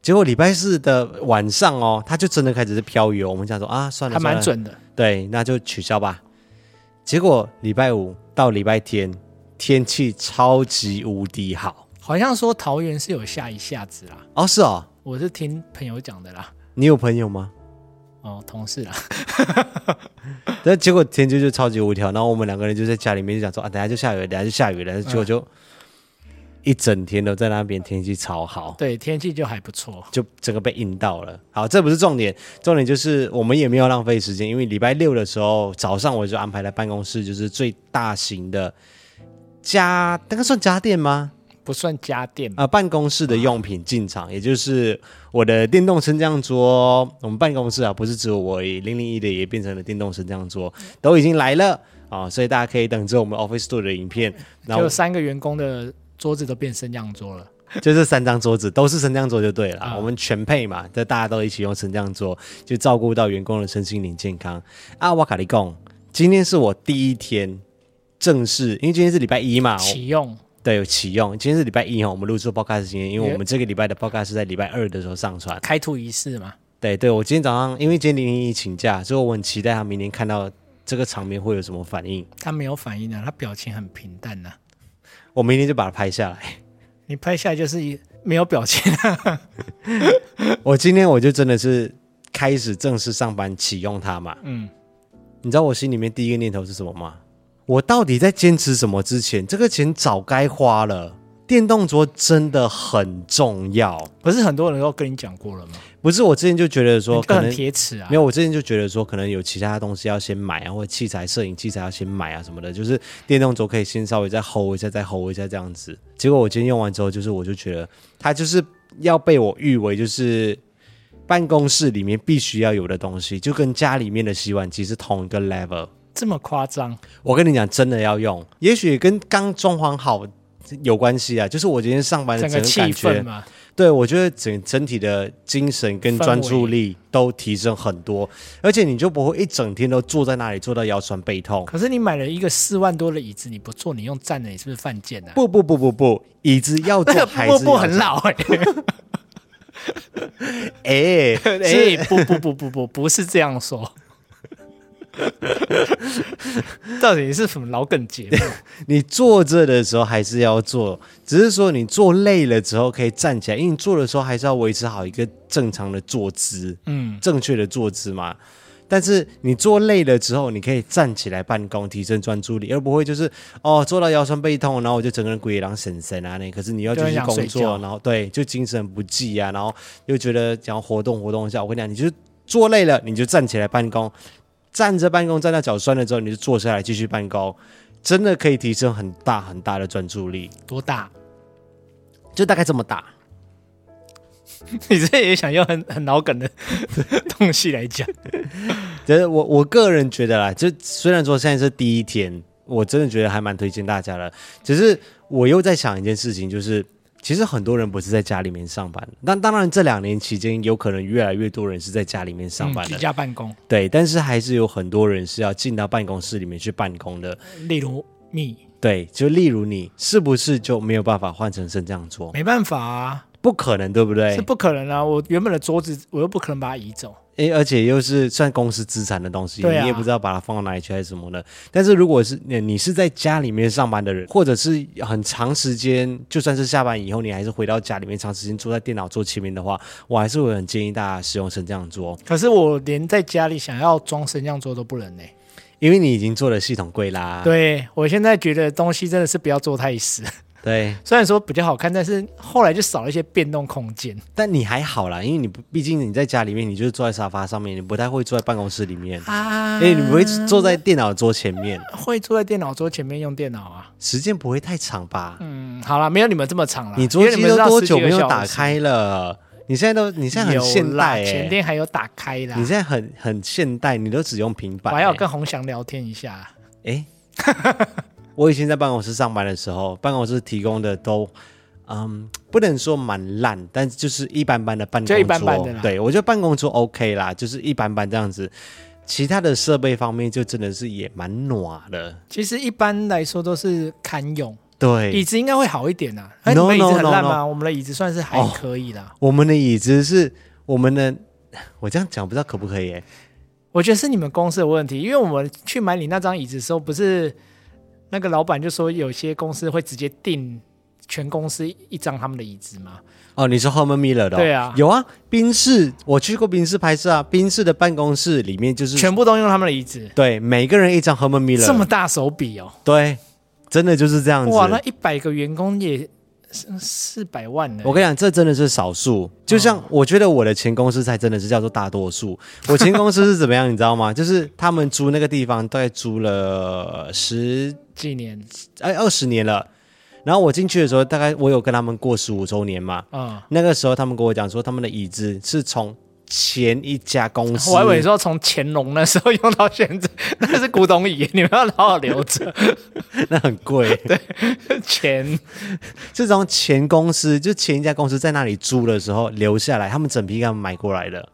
Speaker 1: 结果礼拜四的晚上哦，它就真的开始是飘雨哦。我们想说啊，算了，
Speaker 2: 还蛮
Speaker 1: 算了
Speaker 2: 准的。
Speaker 1: 对，那就取消吧。结果礼拜五到礼拜天天气超级无敌好
Speaker 2: 好像说桃园是有下一下子啦，
Speaker 1: 哦，是哦，
Speaker 2: 我是听朋友讲的啦，
Speaker 1: 你有朋友吗？
Speaker 2: 哦，同事啦，
Speaker 1: 但结果天气就超级无条，然后我们两个人就在家里面就讲说啊，等下就下雨了，等下就下雨了，结果就一整天都在那边，天气超好。
Speaker 2: 对，天气就还不错。
Speaker 1: 就整个被阴到了。好，这不是重点，重点就是我们也没有浪费时间，因为礼拜六的时候早上我就安排了办公室，就是最大型的家，那个算家电吗？
Speaker 2: 不算家电吧，
Speaker 1: 啊、办公室的用品进场，也就是我的电动升降桌。我们办公室啊，不是只有我而已，零零一的也变成了电动升降桌，都已经来了啊、所以大家可以等着我们 Office Store 的影 片。然后
Speaker 2: 就三个员工的桌子都变升降桌了。
Speaker 1: 就这三张桌子都是升降桌就对了，
Speaker 2: 啊
Speaker 1: 我们全配嘛，这大家都一起用升降桌，就照顾到员工的身心灵健康。啊，瓦卡利贡，今天是我第一天正式，因为今天是礼拜一嘛，我
Speaker 2: 启用
Speaker 1: 对，有启用，今天是礼拜一哈，我们录制 podcast 今天，因为
Speaker 2: 也
Speaker 1: 我们这个礼拜的 podcast 是在礼拜二的时候上传。
Speaker 2: 开图仪式嘛，
Speaker 1: 对对，我今天早上因为今天零零一请假，所以我很期待他明天看到这个场面会有什么反应。
Speaker 2: 他没有反应啊，他表情很平淡呐、
Speaker 1: 我明天就把它拍下来。
Speaker 2: 你拍下来就是一没有表情、啊，
Speaker 1: 我今天我就真的是开始正式上班启用它嘛。
Speaker 2: 嗯，
Speaker 1: 你知道我心里面第一个念头是什么吗？我到底在坚持什么？之前这个钱早该花了。电动桌真的很重要，
Speaker 2: 不是很多人都跟你讲过了吗？
Speaker 1: 不是我之前就觉得说
Speaker 2: 你就
Speaker 1: 可
Speaker 2: 很
Speaker 1: 能。
Speaker 2: 铁齿啊，
Speaker 1: 没有，我之前就觉得说，可能有其他东西要先买啊，或者器材、摄影器材要先买啊什么的，就是电动轴可以先稍微再 hold 一下，再 hold 一下这样子。结果我今天用完之后，就是我就觉得它就是要被我誉为就是办公室里面必须要有的东西，就跟家里面的洗碗机是同一个 level。
Speaker 2: 这么夸张，
Speaker 1: 我跟你讲，真的要用，也许跟刚装潢好有关系啊。就是我今天上班的
Speaker 2: 整个
Speaker 1: 整个
Speaker 2: 气
Speaker 1: 感
Speaker 2: 氛
Speaker 1: 觉，
Speaker 2: 嘛，
Speaker 1: 对我觉得整整体的精神跟
Speaker 2: 氛围
Speaker 1: 专注力都提升很多，而且你就不会一整天都坐在那里坐到腰酸背痛。
Speaker 2: 可是你买了一个四万多的椅子，你不坐，你用站的，你是不是犯贱啊？
Speaker 1: 不不不不不， 椅子要坐
Speaker 2: 那个
Speaker 1: 还
Speaker 2: 不
Speaker 1: 是
Speaker 2: 不
Speaker 1: 要
Speaker 2: 很
Speaker 1: 坐
Speaker 2: 老哎、
Speaker 1: 哎、
Speaker 2: 欸，哎、不不不不不，不是这样说。 到底是什么老梗节 目？
Speaker 1: 你坐着的时候还是要坐，只是说你坐累了之后可以站起来，因为你坐的时候还是要维持好一个正常的坐姿，嗯，正确的坐姿嘛。但是你坐累了之后，你可以站起来办公，提升专注力，而不会就是哦坐到腰酸背痛，然后我就整个人鬼狼神神啊那。可是你要继续
Speaker 2: 就
Speaker 1: 工
Speaker 2: 很想睡
Speaker 1: 作，
Speaker 2: 觉
Speaker 1: 然后对就精神不济啊，然后又觉得想要活动活动一下。我跟你讲，你就是坐累了你就站起来办公，站着办公站到脚酸了之后，你就坐下来继续办公，真的可以提升很大很大的专注力，
Speaker 2: 多大？
Speaker 1: 就大概这么大。
Speaker 2: 你这也想用很很老梗 的东西来讲？
Speaker 1: 就是我我个人觉得啦，就虽然说现在是第一天，我真的觉得还蛮推荐大家的。只是我又在想一件事情，就是其实很多人不是在家里面上班，那当然这两年期间有可能越来越多人是在家里面上班
Speaker 2: 嗯
Speaker 1: 的，
Speaker 2: 居家办公，
Speaker 1: 对，但是还是有很多人是要进到办公室里面去办公的。
Speaker 2: 例如你
Speaker 1: 对，就例如你是不是就没有办法换成升降桌？
Speaker 2: 没办法啊，
Speaker 1: 不可能，对不对
Speaker 2: 是？不可能啊！我原本的桌子，我又不可能把它移走。
Speaker 1: 诶，而且又是算公司资产的东西，
Speaker 2: 对啊
Speaker 1: 你也不知道把它放到哪里去还是什么的。但是如果是你你是在家里面上班的人，或者是很长时间，就算是下班以后你还是回到家里面长时间坐在电脑桌前面的话，我还是会很建议大家使用升降桌。
Speaker 2: 可是我连在家里想要装升降桌都不能呢、
Speaker 1: 因为你已经做了系统柜啦。
Speaker 2: 对我现在觉得东西真的是不要做太死，
Speaker 1: 对，
Speaker 2: 虽然说比较好看，但是后来就少了一些变动空间。
Speaker 1: 但你还好啦，因为你不毕竟你在家里面，你就是坐在沙发上面，你不太会坐在办公室里面，
Speaker 2: 啊
Speaker 1: 因为你不会坐在电脑桌前面，
Speaker 2: 会坐在电脑桌前面用电脑啊。
Speaker 1: 时间不会太长吧？
Speaker 2: 嗯，好了，没有你们这么长了。
Speaker 1: 你
Speaker 2: 啊因
Speaker 1: 桌
Speaker 2: 为
Speaker 1: 机
Speaker 2: 们
Speaker 1: 都
Speaker 2: 知道
Speaker 1: 多
Speaker 2: 十几
Speaker 1: 久
Speaker 2: 个
Speaker 1: 没有
Speaker 2: 小
Speaker 1: 打
Speaker 2: 时？
Speaker 1: 开了？你现在都你现在很
Speaker 2: 有
Speaker 1: 现
Speaker 2: 啦
Speaker 1: 代、
Speaker 2: 前
Speaker 1: 欸，
Speaker 2: 天还有打开啦。
Speaker 1: 你现在很很现代，你都只用平
Speaker 2: 我
Speaker 1: 板、
Speaker 2: 还
Speaker 1: 欸。
Speaker 2: 要跟洪翔聊天一下。
Speaker 1: 哎， 我以前在办公室上班的时候，办公室提供的都，嗯，不能说蛮烂，但就是一般般的办公桌。
Speaker 2: 就一般般的啦
Speaker 1: 对，我觉得办公桌 OK 啦，就是一般般这样子。其他的设备方面就真的是也蛮暖的，
Speaker 2: 其实一般来说都是堪用，椅
Speaker 1: 对。
Speaker 2: 子应该会好一点啦。哎，你
Speaker 1: No,
Speaker 2: 们椅子
Speaker 1: no,
Speaker 2: 很
Speaker 1: no,
Speaker 2: 烂
Speaker 1: no. 哦
Speaker 2: 吗？我们的椅子算是还可以啦。
Speaker 1: 我们的椅子是我们的，我这样讲不知道可不可以、欸？
Speaker 2: 我觉得是你们公司的问题，因为我们去买你那张椅子的时候，不是那个老板就说有些公司会直接订全公司一张他们的椅子吗？
Speaker 1: 哦，你说 Herman Miller 的、哦？
Speaker 2: 对啊
Speaker 1: 有啊，宾士，我去过宾士拍摄啊，宾士的办公室里面就是
Speaker 2: 全部都用他们的椅子，
Speaker 1: 对每个人一张 Herman Miller，
Speaker 2: 这么大手笔哦！
Speaker 1: 对，真的就是这样子。
Speaker 2: 哇，那一百个员工也四四百万呢。
Speaker 1: 我跟你讲，这真的是少数。就
Speaker 2: 嗯
Speaker 1: 像我觉得我的前公司才真的是叫做大多数。我前公司是怎么样，你知道吗？ 就是他们租那个地方，大概租了十
Speaker 2: 几年
Speaker 1: 哎二十年了。然后我进去的时候，大概我有跟他们过十五周年嘛。
Speaker 2: 啊、
Speaker 1: 那个时候他们跟我讲说，他们的椅子是从前一家公司，
Speaker 2: 我还以为你说从乾隆那时候用到现在， 那是古董椅，你们要好好留着。
Speaker 1: 那很贵，
Speaker 2: 钱
Speaker 1: 是从前公司就前一家公司在那里租的时候留下来，他们整批给他们买过来的。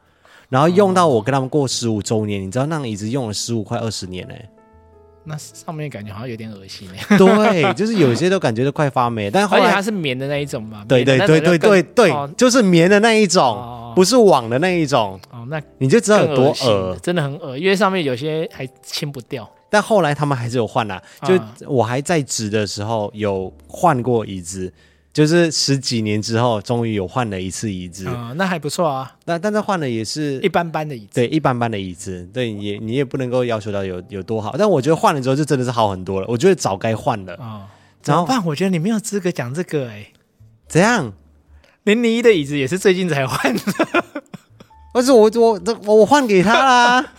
Speaker 1: 然后用到我跟他们过十五周年，你知道那个椅子用了十五快二十年 呢、
Speaker 2: 那上面感觉好像有点恶 心哎。
Speaker 1: 对，就是有些都感觉都快发霉，但后
Speaker 2: 而且它
Speaker 1: 来
Speaker 2: 是棉的那一种嘛，
Speaker 1: 对对
Speaker 2: 棉的那
Speaker 1: 对
Speaker 2: 种
Speaker 1: 对
Speaker 2: 就更
Speaker 1: 对对
Speaker 2: 哦，
Speaker 1: 就是棉的那一种
Speaker 2: 哦，
Speaker 1: 不是网的那一种，
Speaker 2: 哦，那
Speaker 1: 你就知道有
Speaker 2: 更
Speaker 1: 多
Speaker 2: 恶心
Speaker 1: 恶
Speaker 2: 了，。真的很恶，因为上面有些还清不掉。
Speaker 1: 但后来他们还是有换啦、
Speaker 2: 啊
Speaker 1: 就我还在职的时候有换过椅子，就是十几年之后终于有换了一次椅子，
Speaker 2: 啊、那还不错啊，
Speaker 1: 但但是换了也是
Speaker 2: 一般般的椅子。
Speaker 1: 对一般般的椅子，对你也你也不能够要求到有有多好，但我觉得换了之后就真的是好很多了，我觉得早该换了。
Speaker 2: 啊、怎
Speaker 1: 然后
Speaker 2: 么办？我觉得你没有资格讲这个哎、
Speaker 1: 怎样？
Speaker 2: 零零一的椅子也是最近才换的，
Speaker 1: 而且我我这我我换给他啦，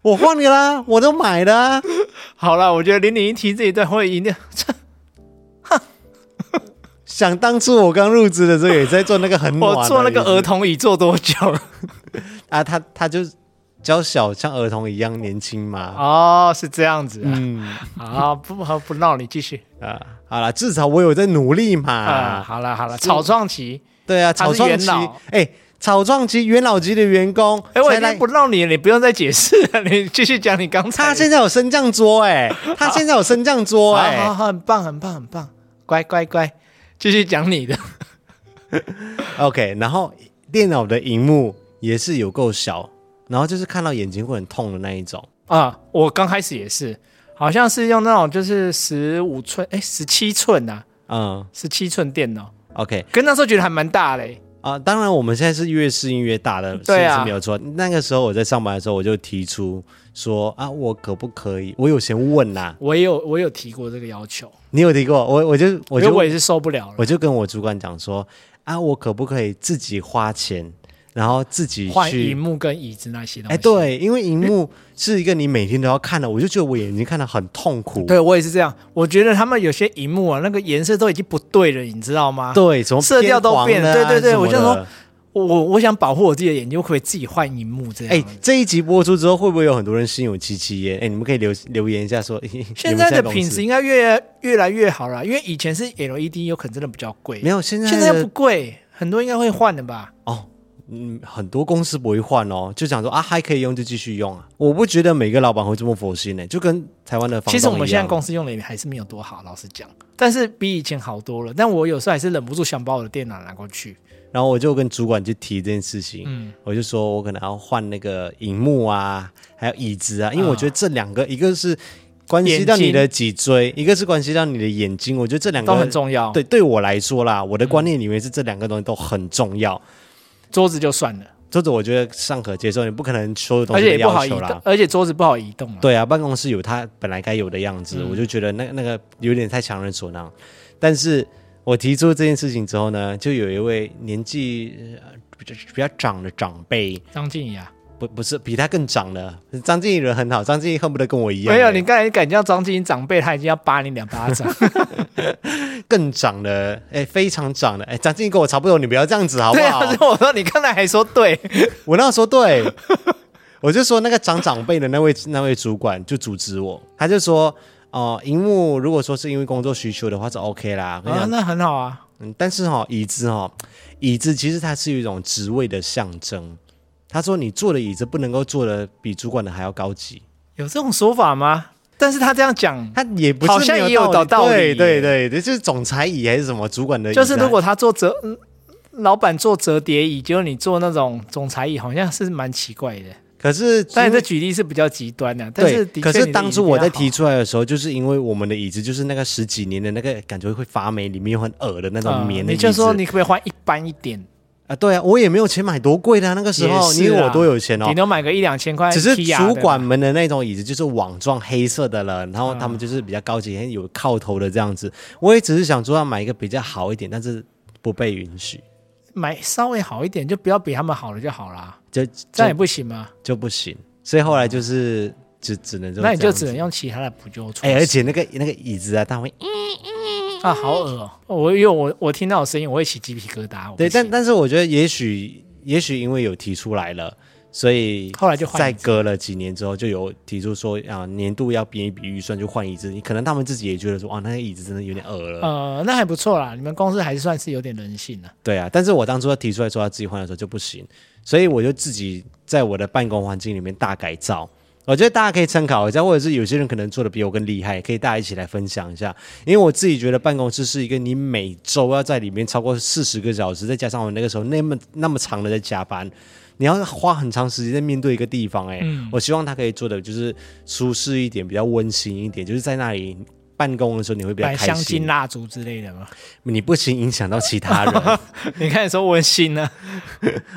Speaker 1: 我换给他，我都买了啊、
Speaker 2: 好了，我觉得零零一提这一段会赢的。
Speaker 1: 想当初我刚入职的时候，也在做那个很暖的
Speaker 2: 我坐那个
Speaker 1: 椅子
Speaker 2: 儿童椅坐多久了？
Speaker 1: 啊，他他就娇小，像儿童一样年轻嘛。
Speaker 2: 哦，是这样子啊。
Speaker 1: 嗯
Speaker 2: 好，不好不闹你，继续
Speaker 1: 啊，好啦，至少我有在努力嘛。
Speaker 2: 啊。好了好了，草创期。
Speaker 1: 对啊，
Speaker 2: 他
Speaker 1: 草
Speaker 2: 是
Speaker 1: 创
Speaker 2: 元
Speaker 1: 级
Speaker 2: 老，
Speaker 1: 哎、草创级元老级的员工，
Speaker 2: 哎，我已
Speaker 1: 才来
Speaker 2: 经不闹你了，你不用再解释了， 你继续讲你刚才的。
Speaker 1: 他现在有升降桌哎、 他现在有升降桌哎、
Speaker 2: 好好好，很棒，很棒，很棒，乖乖乖，继续讲你的。
Speaker 1: OK，然后电脑的荧幕也是有够小，然后就是看到眼睛会很痛的那一种。
Speaker 2: 啊、我刚开始也是，好像是用那种就是十五寸，哎，十七寸啊，
Speaker 1: 嗯
Speaker 2: 十七寸电脑，
Speaker 1: ，OK
Speaker 2: 可那时候觉得还蛮大嘞。
Speaker 1: 啊，当然我们现在是越适应越大的，
Speaker 2: 对啊
Speaker 1: 是是没有错。那个时候我在上班的时候，我就提出说啊，我可不可以？我有先问啦、
Speaker 2: 我也有我有提过这个要求，
Speaker 1: 你有提过我，我就我
Speaker 2: 因为
Speaker 1: 就
Speaker 2: 我也是受不了了
Speaker 1: 我，就跟我主管讲说啊，我可不可以自己花钱，然后自己
Speaker 2: 换
Speaker 1: 去
Speaker 2: 荧幕跟椅子那些东西。
Speaker 1: 哎，，对，因为荧幕是一个你每天都要看的，我就觉得我眼睛看的很痛苦。
Speaker 2: 对啊我也是这样。我觉得他们有些荧幕啊，那个颜色都已经不对了，你知道吗？
Speaker 1: 对，什么
Speaker 2: 色调都变
Speaker 1: 了、
Speaker 2: 了对对对我就
Speaker 1: 什么的
Speaker 2: 说我我我想保护我自己的眼睛，我可不可以自己换荧幕这样？
Speaker 1: 哎，这一集播出之后，会不会有很多人心有戚戚焉？哎，你们可以留留言一下说， 嘿嘿
Speaker 2: 现在的
Speaker 1: 你们
Speaker 2: 品质
Speaker 1: 公
Speaker 2: 应该越越来越好了，因为以前是 LED，有可能真的比较贵
Speaker 1: 司没。有现在
Speaker 2: 现在又
Speaker 1: 的
Speaker 2: 不贵，很多应该会换的吧？
Speaker 1: 哦。嗯，很多公司不会换哦，就想说啊，还可以用就继续用啊。我不觉得每个老板会这么佛心呢、就跟台湾的房
Speaker 2: 其实我们现在
Speaker 1: 公
Speaker 2: 公司用的也还是没有多好，老实讲，但是比以前好多了。但我有时候还是忍不住想把我的电脑拿过去。
Speaker 1: 然后我就跟主管去提这件事情，
Speaker 2: 嗯
Speaker 1: 我就说我可能要换那个荧幕啊，还有椅子啊，因为我觉得这两个，一个是关系到你的脊椎，一个是关系到你的眼睛，我觉得这两个
Speaker 2: 都很重要。，嗯
Speaker 1: 对，对我来说啦，我的观念里面是这两个东西都很重要。
Speaker 2: 桌子就算了，
Speaker 1: 桌子我觉得尚可接受，你不可能所有东
Speaker 2: 而
Speaker 1: 西都
Speaker 2: 且也不
Speaker 1: 要
Speaker 2: 好移
Speaker 1: 求
Speaker 2: 动
Speaker 1: 啦，。
Speaker 2: 而且桌子不好移动啊。
Speaker 1: 对啊，办公室有它本来该有的样子，
Speaker 2: 嗯
Speaker 1: 我就觉得那那个有点太强人所难。但是我提出这件事情之后呢，就有一位年纪呃比较比较长的长辈，
Speaker 2: 张静怡啊，
Speaker 1: 不不是比他更长的张静怡人很好，张静怡恨不得跟我一样，哎
Speaker 2: 没有，你刚才敢叫张静怡长辈，他已经要扒你两巴掌。
Speaker 1: 更长的，哎，非常长的，哎，张静怡跟我差不多，你不要这样子好不
Speaker 2: 对
Speaker 1: 好？
Speaker 2: 啊，所以我说你刚才还说对，
Speaker 1: 我那时候对，我就说那个长长辈的那位那位主管就阻止我，他就说。哦、荧幕如果说是因为工作需求的话是 OK 啦，跟你
Speaker 2: 啊，
Speaker 1: 讲
Speaker 2: 那很好啊。
Speaker 1: 嗯，但是哈、椅子哈、椅子其实它是一种职位的象征。他说你坐的椅子不能够坐的比主管的还要高级，
Speaker 2: 有这种说法吗？但是他这样讲，
Speaker 1: 他也不是
Speaker 2: 好像
Speaker 1: 没
Speaker 2: 也有
Speaker 1: 道
Speaker 2: 道理
Speaker 1: 对对对对，就是总裁椅还是什么主管的椅子
Speaker 2: 就
Speaker 1: 啊，
Speaker 2: 是如果他做折，嗯老板做折叠椅，结果你做那种总裁椅，好像是蛮奇怪的。
Speaker 1: 可是
Speaker 2: 当然，这举例是比较极端的，但是
Speaker 1: 对，
Speaker 2: 的
Speaker 1: 可
Speaker 2: 确
Speaker 1: 是
Speaker 2: 你的
Speaker 1: 当
Speaker 2: 椅
Speaker 1: 初
Speaker 2: 子
Speaker 1: 我
Speaker 2: 比
Speaker 1: 在
Speaker 2: 较
Speaker 1: 提
Speaker 2: 好
Speaker 1: 出来的时候，就是因为我们的椅子就是那个十几年的那个感觉会发霉，里面有很恶的那种
Speaker 2: 嗯
Speaker 1: 棉的椅
Speaker 2: 你
Speaker 1: 子。
Speaker 2: 就说你可不可以换一般一点？
Speaker 1: 啊，对啊，我也没有钱买多贵的、啊，那个时候你
Speaker 2: 也
Speaker 1: 以
Speaker 2: 是
Speaker 1: 为我
Speaker 2: 啊
Speaker 1: 多有钱哦
Speaker 2: 顶，多买个一两千块，
Speaker 1: 只是主管。们的那种椅子就是网状黑色的了，然后他们就是比较高级，有靠头的这样子。我也只是想说要买一个比较好一点，但是不被允许，
Speaker 2: 买稍微好一点，就不要比他们好了就好啦，
Speaker 1: 就
Speaker 2: 这
Speaker 1: 这
Speaker 2: 样也不行吗？
Speaker 1: 就不行。所以后来就是只只能就
Speaker 2: 那你
Speaker 1: 这
Speaker 2: 就
Speaker 1: 样子
Speaker 2: 只能用其他的补救措施。
Speaker 1: 哎，而且那个那个椅子啊，它会
Speaker 2: 啊，好恶哦！我因为我我听到有声音，我会起鸡皮疙瘩。我不
Speaker 1: 对，但
Speaker 2: 行
Speaker 1: 但是我觉得也许也许因为有提出来了，所以
Speaker 2: 后来就换
Speaker 1: 再
Speaker 2: 椅子
Speaker 1: 隔了几年之后，就有提出说啊，年度要编一笔预算就换椅子。你可能他们自己也觉得说，啊哇，那个椅子真的有点恶了。
Speaker 2: 呃，那还不错啦，你们公司还算是有点人性的。
Speaker 1: 对啊，但是我当初要提出来说要自己换的时候就不行，所以我就自己在我的办公环境里面大改造。我觉得大家可以参考一下，或者是有些人可能做的比我更厉害，可以大家一起来分享一下。因为我自己觉得办公室是一个你每周要在里面超过四十个小时，再加上我那个时候那么那么长的在加班，你要花很长时间在面对一个地方、欸。哎、
Speaker 2: 嗯
Speaker 1: 我希望他可以做的就是舒适一点，比较温馨一点，就是在那里办公的时候你会比较
Speaker 2: 买
Speaker 1: 开心。
Speaker 2: 香精、啊蜡烛之类的嘛。
Speaker 1: 你不行影响到其他人。
Speaker 2: 你看说温馨呢、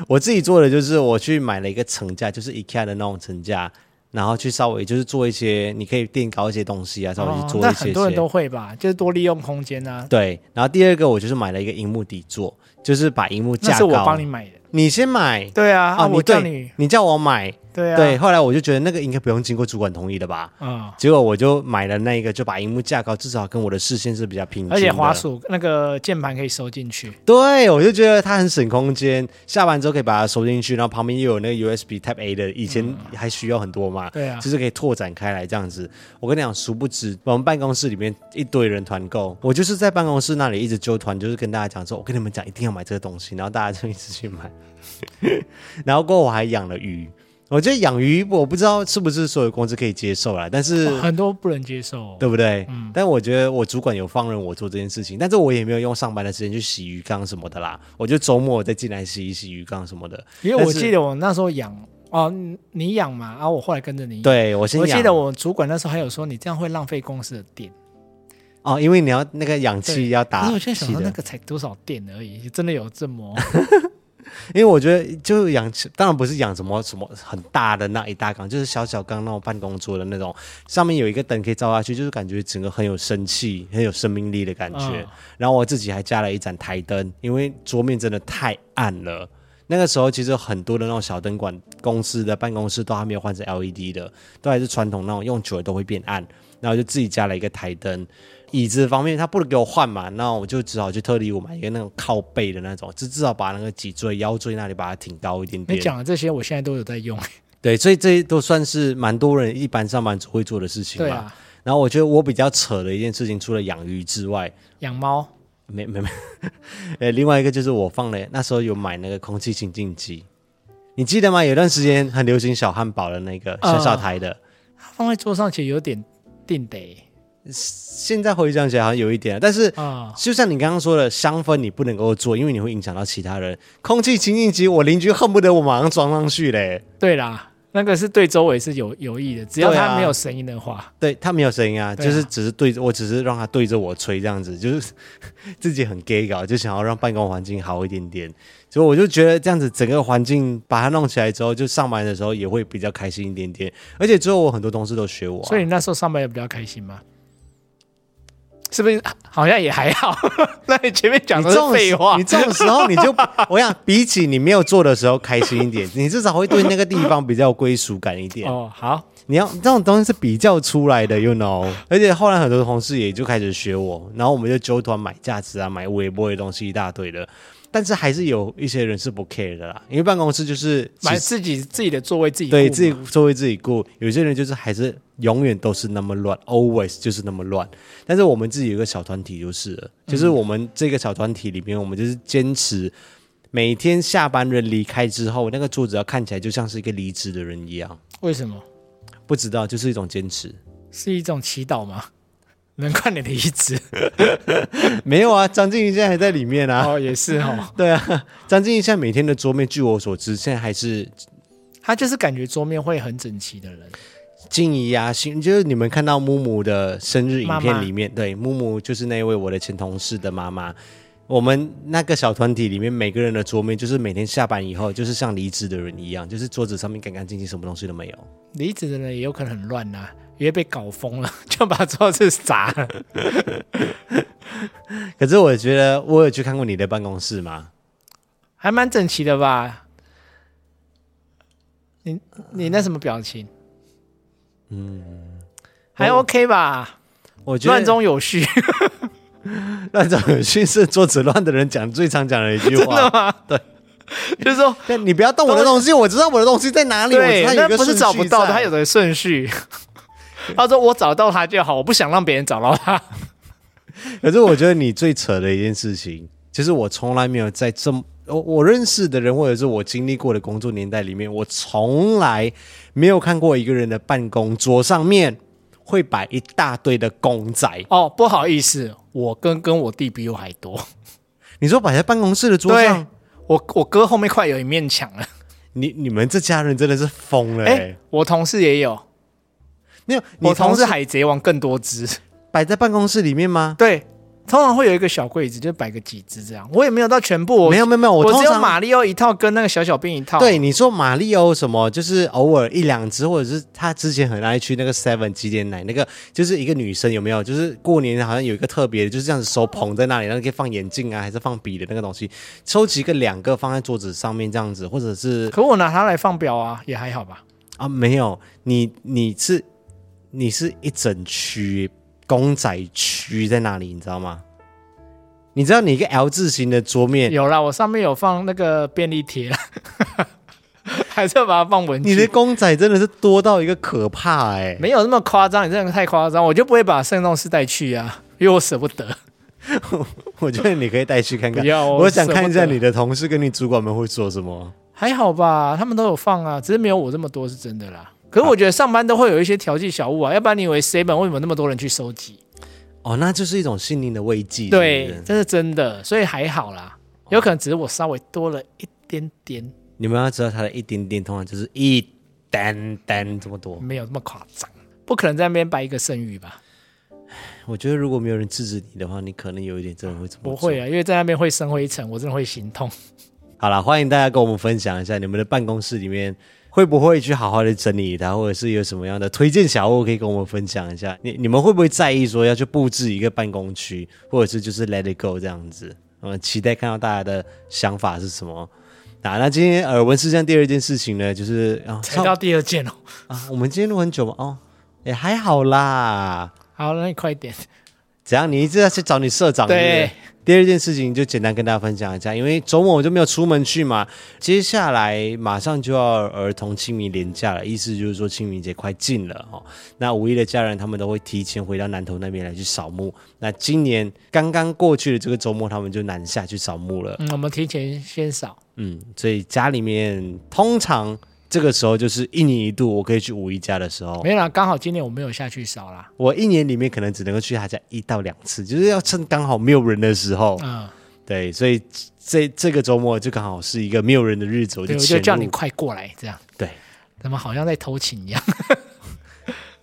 Speaker 1: 我自己做的就是我去买了一个层架，就是 IKEA 的那种层架，然后去稍微就是做一些，你可以垫高一些东西啊，稍微去做
Speaker 2: 哦那
Speaker 1: 一些些。
Speaker 2: 很多人都会吧，就是多利用空间啊。
Speaker 1: 对，然后第二个我就是买了一个荧幕底座，就是把荧幕
Speaker 2: 那
Speaker 1: 架
Speaker 2: 是
Speaker 1: 高。啊
Speaker 2: 我帮你买的。
Speaker 1: 你先买哦
Speaker 2: 对啊，啊
Speaker 1: 你
Speaker 2: 我叫
Speaker 1: 对
Speaker 2: 你，
Speaker 1: 你叫我买，
Speaker 2: 对啊，
Speaker 1: 对。后来我就觉得那个应该不用经过主管同意的吧，
Speaker 2: 嗯，
Speaker 1: 结果我就买了那一个，就把荧幕架高，至少跟我的视线是比较平均的。
Speaker 2: 而且滑鼠那个键盘可以收进去，
Speaker 1: 对，我就觉得它很省空间，下班之后可以把它收进去，然后旁边又有那个 USB Type A 的，以前还需要很多嘛，
Speaker 2: 对啊
Speaker 1: 就是可以拓展开来这样子。我跟你讲，殊不知我们办公室里面一堆人团购，我就是在办公室那里一直揪团，就是跟大家讲说，我跟你们讲一定要买这个东西，然后大家就一直去买。 然后过后我还养了鱼，我觉得养鱼我不知道是不是所有公司可以接受啦，但是
Speaker 2: 哦很多不能接受哦、
Speaker 1: 对不对？但我觉得我主管有放任我做这件事情，但是我也没有用上班的时间去洗鱼缸什么的啦。我就周末再进来洗一洗鱼缸什么的。
Speaker 2: 因为我
Speaker 1: 但是
Speaker 2: 记得我那时候养哦，你你养嘛，然、啊后我后来跟着你养。，
Speaker 1: 对我先
Speaker 2: 我
Speaker 1: 养，
Speaker 2: 记得我主管那时候还有说，你这样会浪费公司的电。
Speaker 1: 哦，因为你要那个氧气
Speaker 2: 对
Speaker 1: 要
Speaker 2: 可
Speaker 1: 打
Speaker 2: 是
Speaker 1: 气
Speaker 2: 我
Speaker 1: 的，
Speaker 2: 现在想到那个才多少电而已，真的有 这么？
Speaker 1: 因为我觉得就养气，当然不是养什么什么很大的那一大缸，就是小小缸那种办公桌的那种，上面有一个灯可以照下去，就是感觉整个很有生气、很有生命力的感觉。
Speaker 2: 嗯
Speaker 1: 然后我自己还加了一盏台灯，因为桌面真的太暗了。那个时候其实很多的那种小灯管，公司的办公室都还没有换成 LED 的，都还是传统那种，用久了都会变暗。然后就自己加了一个台灯，椅子方面他不能给我换嘛，那我就只好去特地我买一个那种靠背的那种，就至少把那个脊椎、腰椎那里把它挺高一点
Speaker 2: 你
Speaker 1: 点。
Speaker 2: 讲的这些，我现在都有 在用。
Speaker 1: 对，所以这都算是蛮多人一般上班族会做的事情嘛。
Speaker 2: 对啊，
Speaker 1: 然后我觉得我比较扯的一件事情，除了养鱼之外，
Speaker 2: 养猫
Speaker 1: 没没没，呃，另外一个就是我放了那时候有买那个空气清净机，你记得吗？有段时间很流行小汉堡的那个
Speaker 2: 啊
Speaker 1: 小小台的，
Speaker 2: 它放在桌上其实有点定得
Speaker 1: 现在回想起来好像有一点，但是。
Speaker 2: 啊、
Speaker 1: 就像你刚刚说的，香氛你不能够做，因为你会影响到其他人。空气清净机，我邻居恨不得我马上装上去嘞。
Speaker 2: 对啦，那个是对周围是有有益的，只要
Speaker 1: 对啊
Speaker 2: 它没有声音的话，
Speaker 1: 对他没有声音啊，
Speaker 2: 对啊
Speaker 1: 就是只是对着我，只是让他对着我吹这样子，就是自己很 gay 搞，就想要让办公环境好一点点。所以我就觉得这样子整个环境把它弄起来之后，就上班的时候也会比较开心一点点。而且之后我很多同事都学我、啊，
Speaker 2: 所以你那时候上班也比较开心嘛。是不是啊好像也还好？ 那你前面讲
Speaker 1: 你
Speaker 2: 的
Speaker 1: 这种
Speaker 2: 是废话
Speaker 1: 你，这种时候你就，我想比起你没有做的时候开心一点，你至少会对那个地方比较有归属感一点。
Speaker 2: 哦，好，
Speaker 1: 你要这种东西是比较出来的，you know。而且后来很多同事也就开始学我，然后我们就揪团买价值啊，买微波的东西一大堆的。但是还是有一些人是不 care 的啦，因为办公室就是其
Speaker 2: 买
Speaker 1: 实
Speaker 2: 自己自己的座位自己
Speaker 1: 对
Speaker 2: 顾
Speaker 1: 自己
Speaker 2: 嘛
Speaker 1: 座位自己顾，有些人就是还是永远都是那么乱，always 就是那么乱。但是我们自己有一个小团体就是了，就是我们这个小团体里面，我们就是坚持。每天下班人离开之后，那个桌子要看起来就像是一个离职的人一样，
Speaker 2: 为什么
Speaker 1: 不知道就是一种坚持。
Speaker 2: 是一种祈祷吗？ 能快点离职
Speaker 1: 没有啊，张静怡现在还在里面啊。
Speaker 2: 哦，也是哦，
Speaker 1: 对啊，张静怡现在每天的桌面，据我所知，现在还是
Speaker 2: 他就是感觉桌面会很整齐的人，
Speaker 1: 静怡啊，新就是你们看到木木的生日影
Speaker 2: 妈妈
Speaker 1: 片里面，对，木木就是那位我的前同事的妈妈。我们那个小团体里面，每个人的桌面就是每天下班以后，就是像离职的人一样，就是桌子上面干干净净，什么东西都没有。
Speaker 2: 离职的人也有可能很乱呐、也被搞疯了，就把桌子砸了。
Speaker 1: 可是我觉得，我有去看过你的办公室嘛，
Speaker 2: 还蛮整齐的吧？你你那什么表情？嗯，还 OK 吧？
Speaker 1: 嗯我觉得
Speaker 2: 乱中有序，
Speaker 1: 乱中有序是桌子乱的人讲最常讲的一句
Speaker 2: 真
Speaker 1: 话
Speaker 2: 的。吗？
Speaker 1: 对，
Speaker 2: 就是说，
Speaker 1: 但你不要动我的东西，我知道我的东西在哪里，我
Speaker 2: 对
Speaker 1: 知道，有
Speaker 2: 那
Speaker 1: 一个
Speaker 2: 不是
Speaker 1: 顺序
Speaker 2: 找不到的，
Speaker 1: 在啊
Speaker 2: 他有的顺序。 他说：“我找到他就好，我不想让别人找到他。
Speaker 1: 可是我觉得你最扯的一件事情，就是我从来没有在这么我我认识的人，或者是我经历过的工作年代里面，我从来没有看过一个人的办公桌上面会摆一大堆的公仔。”
Speaker 2: 哦，不好意思，我跟跟我弟比我还多。
Speaker 1: 你说摆在办公室的桌
Speaker 2: 对
Speaker 1: 上，，
Speaker 2: 我我哥后面快有一面墙了。
Speaker 1: 你你们这家人真的是疯了、
Speaker 2: 哎、
Speaker 1: 欸！
Speaker 2: 我同事也有，
Speaker 1: 没有，你
Speaker 2: 我同
Speaker 1: 同
Speaker 2: 事
Speaker 1: 事
Speaker 2: 海贼王更多只。
Speaker 1: 摆在办公室里面吗？
Speaker 2: 对，通常会有一个小柜子，就摆个几只这样。我也没有到全部，我
Speaker 1: 没有，没有没有，
Speaker 2: 我
Speaker 1: 通
Speaker 2: 只有
Speaker 1: 常
Speaker 2: 马里奥一套跟那个小小兵一套。
Speaker 1: 对，你说马里奥什么，就是偶尔一两只，或者是他之前很爱去那个 Seven 几点奶，那个就是一个女生有没有？就是过年好像有一个特别的，就是这样子手捧在那里，然后可以放眼镜啊，还是放笔的那个东西，收集个两个放在桌子上面这样子，或者是
Speaker 2: 可我拿它来放表啊，也还好吧。
Speaker 1: 啊没有，你你是你是一整区公仔区在那里，你知道吗？你知道你一个 L 字形的桌面，
Speaker 2: 有啦，我上面有放那个便利贴啦， 还是要把它放文具。
Speaker 1: 你的公仔真的是多到一个可怕哎、
Speaker 2: 没有那么夸张，你这个太夸张，我就不会把圣斗士带去啊，因为我舍不得。
Speaker 1: 我觉得你可以带去看看
Speaker 2: 不。 要，
Speaker 1: 我想看一下
Speaker 2: 舍不得
Speaker 1: 你的同事跟你主管们会说什么。
Speaker 2: 还好吧，他们都有放啊，只是没有我这么多是真的啦。可是我觉得上班都会有一些调剂小物啊，要不然你以为 seven 为什么那么多人去收集？
Speaker 1: 哦，那就是一种心灵的慰藉。是
Speaker 2: 对
Speaker 1: 不，是
Speaker 2: 这是真的，所以还好啦。
Speaker 1: 哦
Speaker 2: 有可能只是我稍微多了一点点，
Speaker 1: 你们要知道，他的一点点通常就是一单单这么多。
Speaker 2: 没有那么夸张，不可能在那边摆一个剩余吧？
Speaker 1: 我觉得如果没有人制止你的话，你可能有一点真的会这么做
Speaker 2: 不会。啊，因为在那边会生灰尘，我真的会 心痛。
Speaker 1: 好啦，欢迎大家跟我们分享一下你们的办公室里面。会不会去好好的整理它，或者是有什么样的推荐小物可以跟我们分享一下？你你们会不会在意说要去布置一个办公区，或者是就是 let it go 这样子？嗯，期待看到大家的想法是什么。啊，那今天耳闻事项第二件事情呢，就是啊，
Speaker 2: 才
Speaker 1: 上
Speaker 2: 到第二件哦，
Speaker 1: 啊，我们今天录很久吗？哦，也还好啦。
Speaker 2: 好，那你快一点。
Speaker 1: 怎样？你一直在去找你社长？
Speaker 2: 对
Speaker 1: 是不是。第二件事情就简单跟大家分享一下，因为周末我就没有出门去嘛，接下来马上就要儿童清明连假了，意思就是说清明节快近了哦。那五一的家人他们都会提前回到南投那边来去扫墓。那今年刚刚过去的这个周末，他们就南下去扫墓了。
Speaker 2: 嗯，我们提前先扫，
Speaker 1: 嗯，所以家里面通常这个时候就是一年一度我可以去五一家的时候，
Speaker 2: 没有啦，刚好今年我没有下去扫啦。
Speaker 1: 我一年里面可能只能够去他家一到两次，就是要趁刚好没有人的时候。
Speaker 2: 嗯，
Speaker 1: 对，所以这这个周末就刚好是一个没有人的日子，我
Speaker 2: 对，
Speaker 1: 就
Speaker 2: 我
Speaker 1: 潜
Speaker 2: 就
Speaker 1: 入
Speaker 2: 叫你快过来这样。
Speaker 1: 对，
Speaker 2: 怎么好像在偷情一样？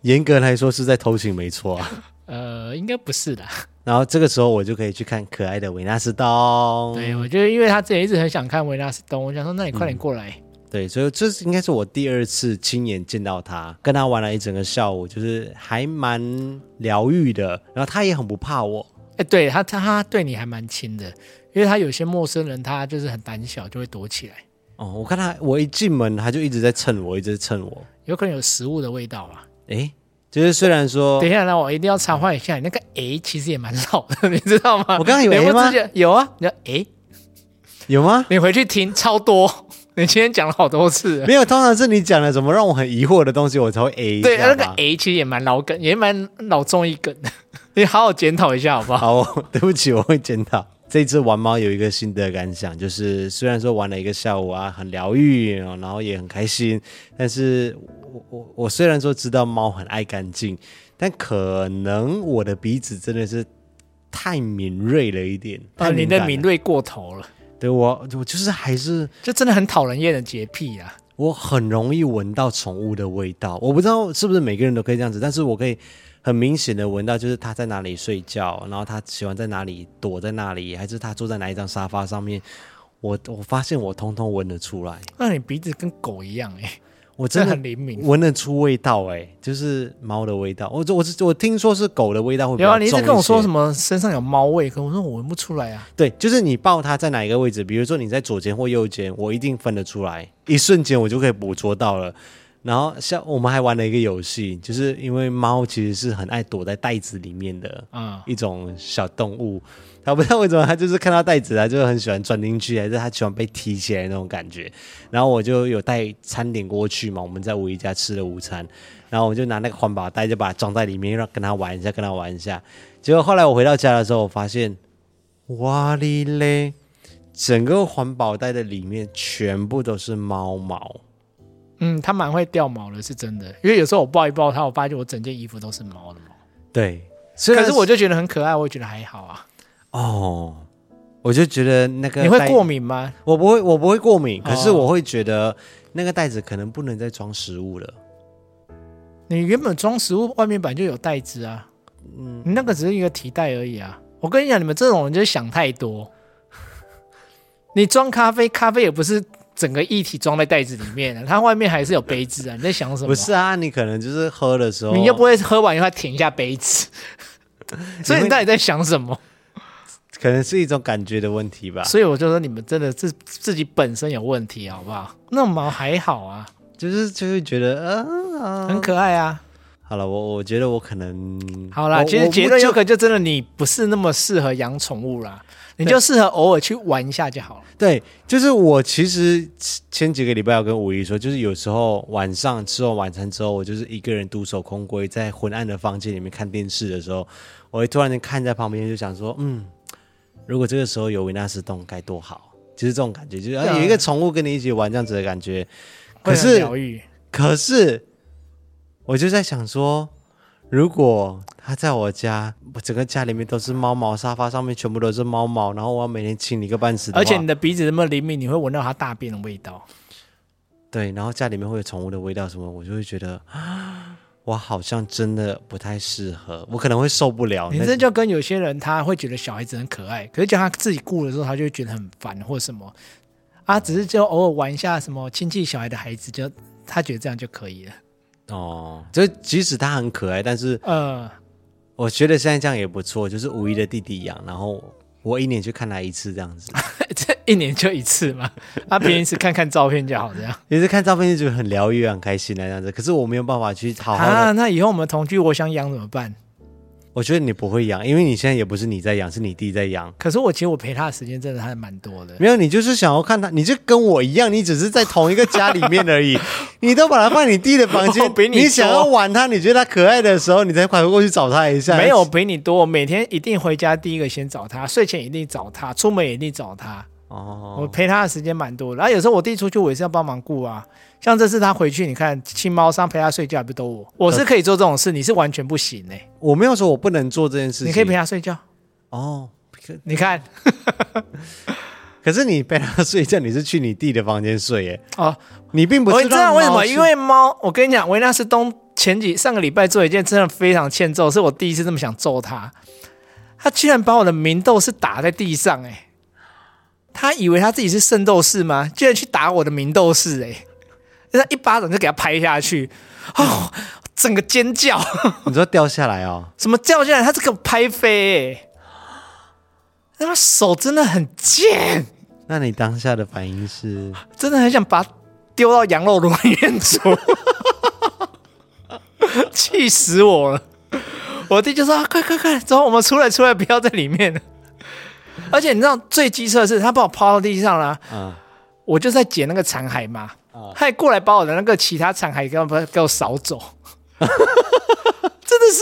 Speaker 1: 严格来说是在偷情没错啊。
Speaker 2: 呃，应该不是的。
Speaker 1: 然后这个时候我就可以去看可爱的维纳斯东。
Speaker 2: 对，我觉得因为他之前一直很想看维纳斯东，我想说，那你
Speaker 1: 嗯
Speaker 2: 快点过来。
Speaker 1: 对，所以这是应该是我第二次亲眼见到他，跟他玩了一整个下午，就是还蛮疗愈的。然后他也很不怕我，
Speaker 2: 哎、对他，他他对你还蛮亲的，因为他有些陌生人，他就是很胆小，就会躲起来。
Speaker 1: 哦，我看他，我一进门他就一直在蹭我，一直蹭我。
Speaker 2: 有可能有食物的味道吧。
Speaker 1: 诶，就是虽然说
Speaker 2: 等一下，那我一定要插话一下，你那个“诶”其实也蛮老的， 你知道吗？
Speaker 1: 我刚刚以为哎
Speaker 2: 你有没有
Speaker 1: 吗
Speaker 2: 自己有啊，你说“诶
Speaker 1: 有吗”，？
Speaker 2: 你回去听超多，你今天讲了好多次了。
Speaker 1: 没有，通常是你讲了怎么让我很疑惑的东西，我才会 A 一
Speaker 2: 对，
Speaker 1: 下
Speaker 2: 那个
Speaker 1: 吧
Speaker 2: “诶”其实也蛮老梗，也蛮老综艺梗的，你好好检讨一下好啊不 好？
Speaker 1: 好，我对不起，我会检讨。这次玩猫有一个新的感想，就是虽然说玩了一个下午啊，很疗愈，然后也很开心，但是我我我虽然说知道猫很爱干净，但可能我的鼻子真的是太敏锐了一点，
Speaker 2: 啊，
Speaker 1: 太
Speaker 2: 你
Speaker 1: 敏感
Speaker 2: 的
Speaker 1: 了
Speaker 2: 敏，锐过头了，
Speaker 1: 对我我就是还是
Speaker 2: 这真的很讨人厌的洁癖啊！
Speaker 1: 我很容易闻到宠物的味道，我不知道是不是每个人都可以这样子，但是我可以很明显的闻到，就是它在哪里睡觉，然后它喜欢在哪里躲在那里，还是它坐在哪一张沙发上面，我我发现我通通闻得出来，
Speaker 2: 那你鼻子跟狗一样哎、
Speaker 1: 我
Speaker 2: 这
Speaker 1: 真的
Speaker 2: 很灵敏。
Speaker 1: 闻得出味道、欸，哎，就是猫的味道，我我我听说是狗的味道会比
Speaker 2: 有
Speaker 1: 较
Speaker 2: 啊，
Speaker 1: 重
Speaker 2: 你一直跟我说
Speaker 1: 么？
Speaker 2: 什么身上有猫味，可我说我闻不出来啊。
Speaker 1: 对，就是你抱它在哪一个位置，比如说你在左肩或右肩，我一定分得出来，一瞬间我就可以捕捉到了。然后像我们还玩了一个游戏，就是因为猫其实是很爱躲在袋子里面的
Speaker 2: 嗯，
Speaker 1: 一种小动物，它不知道为什么它就是看到袋子它就很喜欢钻进去，还是它喜欢被提起来那种感觉。然后我就有带餐点过去嘛，我们在五一家吃了午餐，然后我就拿那个环保袋就把它装在里面，让跟它玩一下，跟它玩一下。结果后来我回到家的时候，我发现，哇哩嘞，整个环保袋的里面全部都是猫毛。
Speaker 2: 嗯，它蛮会掉毛的，是真的。因为有时候我抱一抱它，我发现我整件衣服都是毛的毛。
Speaker 1: 对，虽然
Speaker 2: 可是我就觉得很可爱，我也觉得还好啊。
Speaker 1: 哦，我就觉得那个
Speaker 2: 你会
Speaker 1: 袋
Speaker 2: 过敏吗？
Speaker 1: 我不会，我不会过敏，
Speaker 2: 哦
Speaker 1: 可是我会觉得那个袋子可能不能再装食物了。
Speaker 2: 你原本装食物外面本来就有袋子啊，
Speaker 1: 嗯，
Speaker 2: 你那个只是一个提袋而已啊。我跟你讲，你们这种人就是想太多。你装咖啡，咖啡也不是整个一体装在袋子里面啊的、它外面还是有杯子啊。你在想什么？
Speaker 1: 不是啊，你可能就是喝的时候，
Speaker 2: 你又不会喝完以后还舔一下杯 子，所以你到底在想什么？
Speaker 1: 可能是一种感觉的问题吧。
Speaker 2: 所以我就说你们真的自自己本身有问题，好不好？那毛还好啊，
Speaker 1: 就是就会觉得，嗯、啊
Speaker 2: 很可爱啊。
Speaker 1: 好了，我我觉得我可能
Speaker 2: 好啦，
Speaker 1: 我
Speaker 2: 其
Speaker 1: 我
Speaker 2: 实
Speaker 1: 不
Speaker 2: 结论
Speaker 1: 就
Speaker 2: 有可能就真的你不是那么适合养宠物啦，你就适合偶尔去玩一下就好了。
Speaker 1: 对，就是我其实前几个礼拜有跟五一说，就是有时候晚上吃完晚餐之后，我就是一个人独守空闺，在昏暗的房间里面看电视的时候，我会突然间看在旁边，就想说，嗯，如果这个时候有维纳斯洞该多好，就是这种感觉，就是、啊
Speaker 2: 对啊
Speaker 1: 有一个宠物跟你一起玩这样子的感觉。可
Speaker 2: 会很
Speaker 1: 是
Speaker 2: 疗愈，
Speaker 1: 可是，我就在想说，如果它在我家，我整个家里面都是猫毛，沙发上面全部都是猫毛，然后我要每天清理个半死的话，
Speaker 2: 而且你的鼻子那么灵敏，你会闻到它大便的味道。
Speaker 1: 对，然后家里面会有宠物的味道什么，我就会觉得啊我好像真的不太适合，我可能会受不了。
Speaker 2: 你
Speaker 1: 那
Speaker 2: 这就跟有些人他会觉得小孩子很可爱，可是叫他自己顾的时候，他就会觉得很烦或什么。啊，只是就偶尔玩一下什么亲戚小孩的孩子，就他觉得这样就可以了。
Speaker 1: 哦，就即使它很可爱，但是
Speaker 2: 呃，
Speaker 1: 我觉得现在这样也不错，就是五一的弟弟养，然后我一年去看他一次这样子，
Speaker 2: 啊这一年就一次嘛，啊，平时看看照片就好，这 样。
Speaker 1: 也是看照片就觉得很疗愈、很开心的样子。可是我没有办法去哦好好的，
Speaker 2: 啊，那以后我们同居，我想养怎么办？
Speaker 1: 我觉得你不会养，因为你现在也不是你在养，是你弟在养。
Speaker 2: 可是我其实我陪他的时间真的还蛮多的。
Speaker 1: 没有，你就是想要看他，你就跟我一样，你只是在同一个家里面而 已。你都把它放你弟的房间
Speaker 2: 我，比你
Speaker 1: 你想要玩它，你觉得它可爱的时候，你才快过去找它一下。
Speaker 2: 没有我陪你多，我每天一定回家第一个先找他，睡前一定找他，出门也一定找他。我
Speaker 1: 哦，
Speaker 2: 陪他的时间蛮多的，然啊后有时候我弟出去，我也是要帮忙顾啊。像这次他回去，你看亲猫山陪他睡觉，还不都我？我是可以做这种事，你是完全不行哎、
Speaker 1: 我没有说我不能做这件事情。
Speaker 2: 你可以陪他睡觉，
Speaker 1: 哦，可
Speaker 2: 你看
Speaker 1: 哦可是你陪它睡觉，你是去你弟的房间睡耶，
Speaker 2: 哦，
Speaker 1: 你并不
Speaker 2: 我
Speaker 1: 是
Speaker 2: 知道
Speaker 1: 让
Speaker 2: 为什么，
Speaker 1: 猫去
Speaker 2: 因为猫，我跟你讲，维纳斯东前几上个礼拜做一件真的非常欠揍，是我第一次这么想揍他。他居然把我的明豆是打在地上、欸，哎，他以为他自己是圣斗士吗？居然去打我的明斗士、欸，哎，那一巴掌就给他拍下去，哦，整个尖叫，
Speaker 1: 你说掉下来哦，
Speaker 2: 什么叫下来？他这个拍飞、欸，他妈手真的很贱，
Speaker 1: 那你当下的反应是？
Speaker 2: 真的很想把它丢到羊肉炉里面煮， 气死我了！我弟就说：“啊、快快快，走，我们出来出来，不要在里面了。”而且你知道最机车的是，他把我抛到地上了、
Speaker 1: 啊、
Speaker 2: 我就在捡那个残骸嘛，他也过来把我的那个其他残骸给我给我扫走，真的是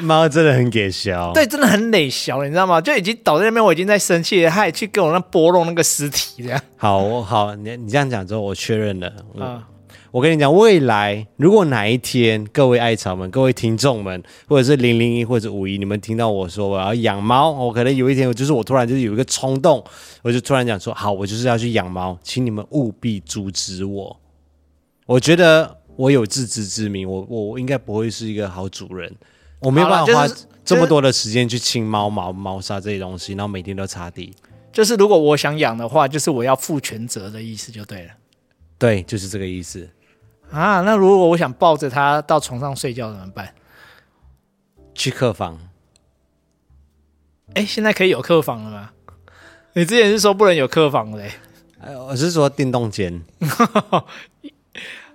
Speaker 1: 猫真的很给笑。
Speaker 2: 对，真的很累小，你知道吗？就已经倒在那边，我已经在生气了，他也去给我那拨弄那个尸体这样。
Speaker 1: 好，我好，你你这样讲之后，我确认了。我、
Speaker 2: 啊
Speaker 1: 我跟你讲，未来如果哪一天各位爱草们、各位听众们，或者是零零一或者五一，你们听到我说我要养猫，我可能有一天我就是我突然就是有一个冲动，我就突然讲说，好，我就是要去养猫，请你们务必阻止我。我觉得我有自知之明，我我我应该不会是一个好主人，我没有
Speaker 2: 好啦
Speaker 1: 办法花
Speaker 2: 就是
Speaker 1: 这
Speaker 2: 就
Speaker 1: 么
Speaker 2: 是
Speaker 1: 多的时间去清猫毛、猫砂这些东西，然后每天都擦地。
Speaker 2: 就是如果我想养的话，就是我要负全责的意思就对了
Speaker 1: 对，就是这个意思。
Speaker 2: 啊。那如果我想抱着它到床上睡觉怎么办？
Speaker 1: 去客房。
Speaker 2: 哎，现在可以有客房了吗？你之前是说不能有客房的、欸，
Speaker 1: 呃，我是说电动间，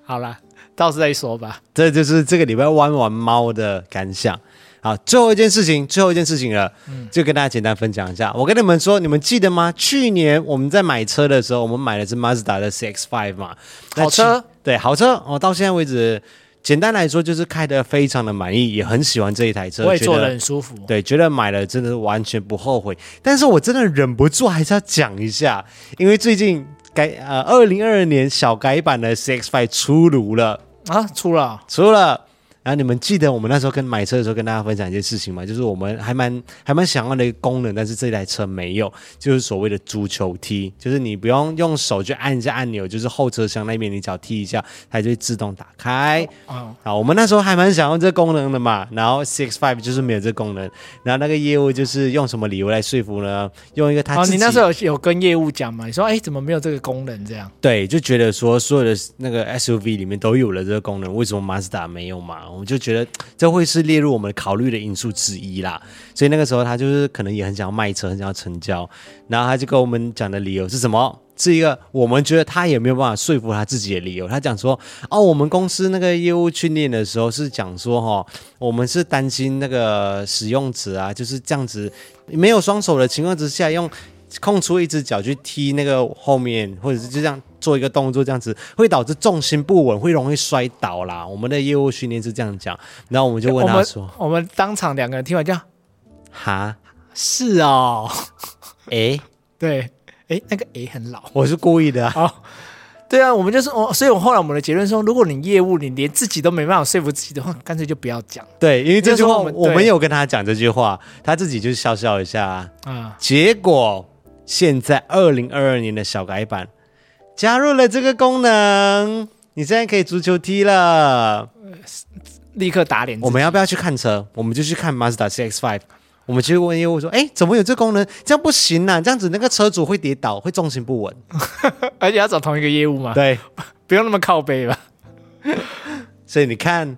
Speaker 2: 好啦，到时再说吧。
Speaker 1: 这就是这个礼拜玩玩猫的感想。好，最后一件事情，最后一件事情了，就跟大家简单分享一下。我跟你们说，你们记得吗？去年我们在买车的时候，我们买的是 Mazda 的 CX-5 嘛，那
Speaker 2: 好车
Speaker 1: 去，对，好车。我、哦、到现在为止，简单来说就是开得非常的满意，也很喜欢这一台车，
Speaker 2: 我也
Speaker 1: 觉
Speaker 2: 坐
Speaker 1: 得
Speaker 2: 得很舒服。
Speaker 1: 对，觉得买了真的是完全不后悔。但是我真的忍不住还是要讲一下，因为最近改呃，二零二二年小改版的 CX Five 出炉了，
Speaker 2: 啊，出了啊
Speaker 1: 出了。然后你们记得我们那时候跟买车的时候跟大家分享一件事情吗？就是我们还蛮还蛮想要的一个功能，但是这台车没有，就是所谓的足球踢，就是你不用用手去按一下按钮，就是后车厢那边你只要踢一下，它就会自动打开。
Speaker 2: 啊，
Speaker 1: 啊，我们那时候还蛮想要这功能的嘛，然后 Six Five 就是没有这功能，然后那个业务就是用什么理由来说服呢？用一个他
Speaker 2: 哦，
Speaker 1: 自己、
Speaker 2: 你那时候有有跟业务讲嘛？你说哎，怎么没有这个功能这样？
Speaker 1: 对就觉得说所有的那个 SUV 里面都有了这个功能，为什么 Mazda 没有嘛？我们就觉得这会是列入我们考虑的因素之一啦。所以那个时候他就是可能也很想要卖车，很想要成交，然后他就跟我们讲的理由是什么？是一个我们觉得他也没有办法说服他自己的理由。他讲说，哦，我们公司那个业务训练的时候是讲说，哦哈、我们是担心那个使用者啊，就是这样子没有双手的情况之下，用空出一只脚去踢那个后面，或者是就这样做一个动作，这样子会导致重心不稳，会容易摔倒啦。我们的业务训练是这样讲，然后我们就问
Speaker 2: 我
Speaker 1: 他
Speaker 2: 们
Speaker 1: 说，
Speaker 2: 我们当场两个人听完这样，
Speaker 1: 哈，
Speaker 2: 是哦，
Speaker 1: 诶、
Speaker 2: 对，哎，那个哎很老。
Speaker 1: 我是故意的、啊。
Speaker 2: 哦，对啊，我们就是我，所以我后来我们的结论说，如果你业务你连自己都没办法说服自己的话，干脆就不要讲
Speaker 1: 对，因为这句
Speaker 2: 那时
Speaker 1: 话
Speaker 2: 候我们
Speaker 1: 我们
Speaker 2: 对
Speaker 1: 有跟他讲这句话，他自己就笑笑一下、
Speaker 2: 啊。
Speaker 1: 结果现在二零二二年的小改版加入了这个功能，你现在可以足球踢了。
Speaker 2: 立刻打脸自己，
Speaker 1: 我们要不要去看车？我们就去看 Mazda CX-5。我们去问业务说：“哎，怎么有这功能？这样不行啊！这样子那个车主会跌倒，会重心不稳。
Speaker 2: 而且要找同一个业务嘛，
Speaker 1: 对，
Speaker 2: 不用那么靠背吧。
Speaker 1: 所以你看，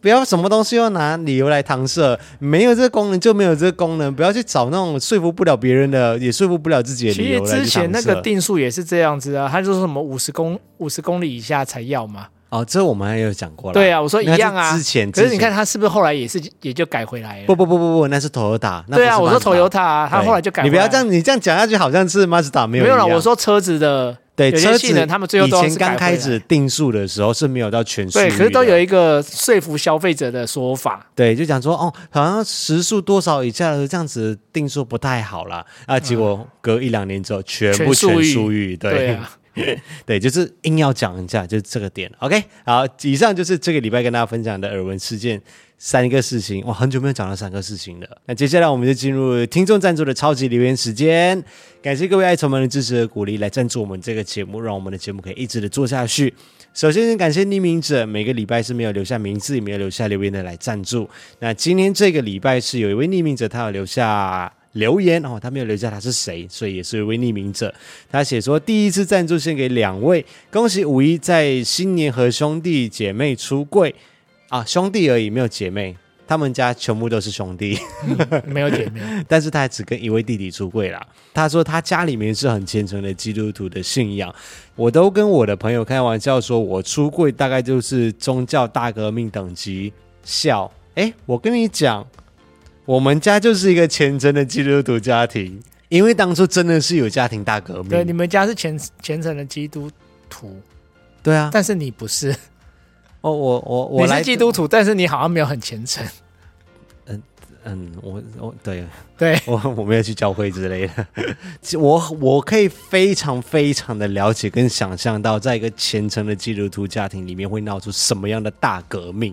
Speaker 1: 不要什么东西要拿理由来搪塞，没有这个功能就没有这个功能，不要去找那种说服不了别人的，也说服不了自己的理
Speaker 2: 其实
Speaker 1: 由来
Speaker 2: 之
Speaker 1: 去搪
Speaker 2: 前那
Speaker 1: 塞
Speaker 2: 个定数也是这样子啊，他就说什么五十公五十公里以下才要嘛。
Speaker 1: 哦，这我们还有讲过了。
Speaker 2: 对啊，我说一
Speaker 1: 那是
Speaker 2: 样啊。
Speaker 1: 之前
Speaker 2: 可是
Speaker 1: 之
Speaker 2: 你
Speaker 1: 前
Speaker 2: 看他是不是后来也是也就改回来了？
Speaker 1: 不不不不不，那是 Toyota。那不是
Speaker 2: 对啊，我说
Speaker 1: Mazda
Speaker 2: Toyota 啊，他
Speaker 1: 对
Speaker 2: 后来就改回来。
Speaker 1: 你不要这样，你这样讲下去好像是 Mazda 没
Speaker 2: 没
Speaker 1: 有
Speaker 2: 有了。
Speaker 1: 一样
Speaker 2: 我说车子的
Speaker 1: 对，
Speaker 2: 有些
Speaker 1: 车
Speaker 2: 性
Speaker 1: 子
Speaker 2: 能他们最后
Speaker 1: 以
Speaker 2: 都
Speaker 1: 前
Speaker 2: 是改
Speaker 1: 刚
Speaker 2: 回
Speaker 1: 开
Speaker 2: 来
Speaker 1: 始啊定速的时候是没有到全速
Speaker 2: 对，可是都
Speaker 1: 域的
Speaker 2: 有一个说服消费者的说法。
Speaker 1: 对，就讲说哦，好像时速多少以下的这样子定速不太好啦。啊。结果隔一两年之后全部
Speaker 2: 嗯全速
Speaker 1: 全
Speaker 2: 域
Speaker 1: 速域，对
Speaker 2: 对啊，
Speaker 1: 对，就是硬要讲一下，就是这个点。OK，好，以上就是这个礼拜跟大家分享的耳闻事件三个事情。哇，很久没有讲到三个事情了。那接下来我们就进入听众赞助的超级留言时间，感谢各位爱虫们的支持和鼓励，来赞助我们这个节目，让我们的节目可以一直的做下去。首先，先感谢匿名者，每个礼拜是没有留下名字，也没有留下留言的来赞助。那今天这个礼拜是有一位匿名者，他有留下留言哦，他没有留下他是谁，所以也是一位匿名者。他写说第一次赞助献给两位，恭喜五一在新年和兄弟姐妹出柜啊，兄弟而已，没有姐妹。他们家全部都是兄弟，
Speaker 2: 没有姐妹，
Speaker 1: 但是他还只跟一位弟弟出柜啦。他说他家里面是很虔诚的基督徒的信仰，我都跟我的朋友开玩笑说，我出柜大概就是宗教大革命等级。笑，哎，我跟你讲，我们家就是一个虔诚的基督徒家庭，因为当初真的是有家庭大革命。
Speaker 2: 对，你们家是虔虔诚的基督徒，
Speaker 1: 对啊，
Speaker 2: 但是你不是，
Speaker 1: 哦，我我我
Speaker 2: 你
Speaker 1: 来
Speaker 2: 是基督徒，但是你好像没有很虔诚。
Speaker 1: 嗯，我我对
Speaker 2: 对，
Speaker 1: 我我没有去教会之类的， 其实我我可以非常非常的了解跟想象到，在一个虔诚的基督徒家庭里面会闹出什么样的大革命，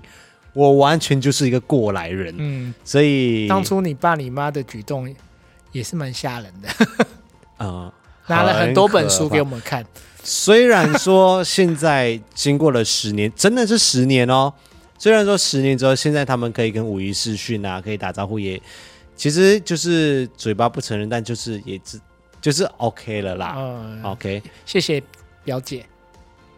Speaker 1: 我完全就是一个过来人，
Speaker 2: 嗯，
Speaker 1: 所以
Speaker 2: 当初你爸你妈的举动也是蛮吓人的，
Speaker 1: 呃
Speaker 2: 拿了很多本书给我
Speaker 1: 们。
Speaker 2: 们看。
Speaker 1: 虽然说现在经过了十年， 真的是十年哦。虽然说十年之后，现在他们可以跟五一视讯啊，可以打招呼也，其实就是嘴巴不承认，但就是也只就是 OK 了啦。
Speaker 2: 嗯，
Speaker 1: OK
Speaker 2: 谢谢表姐，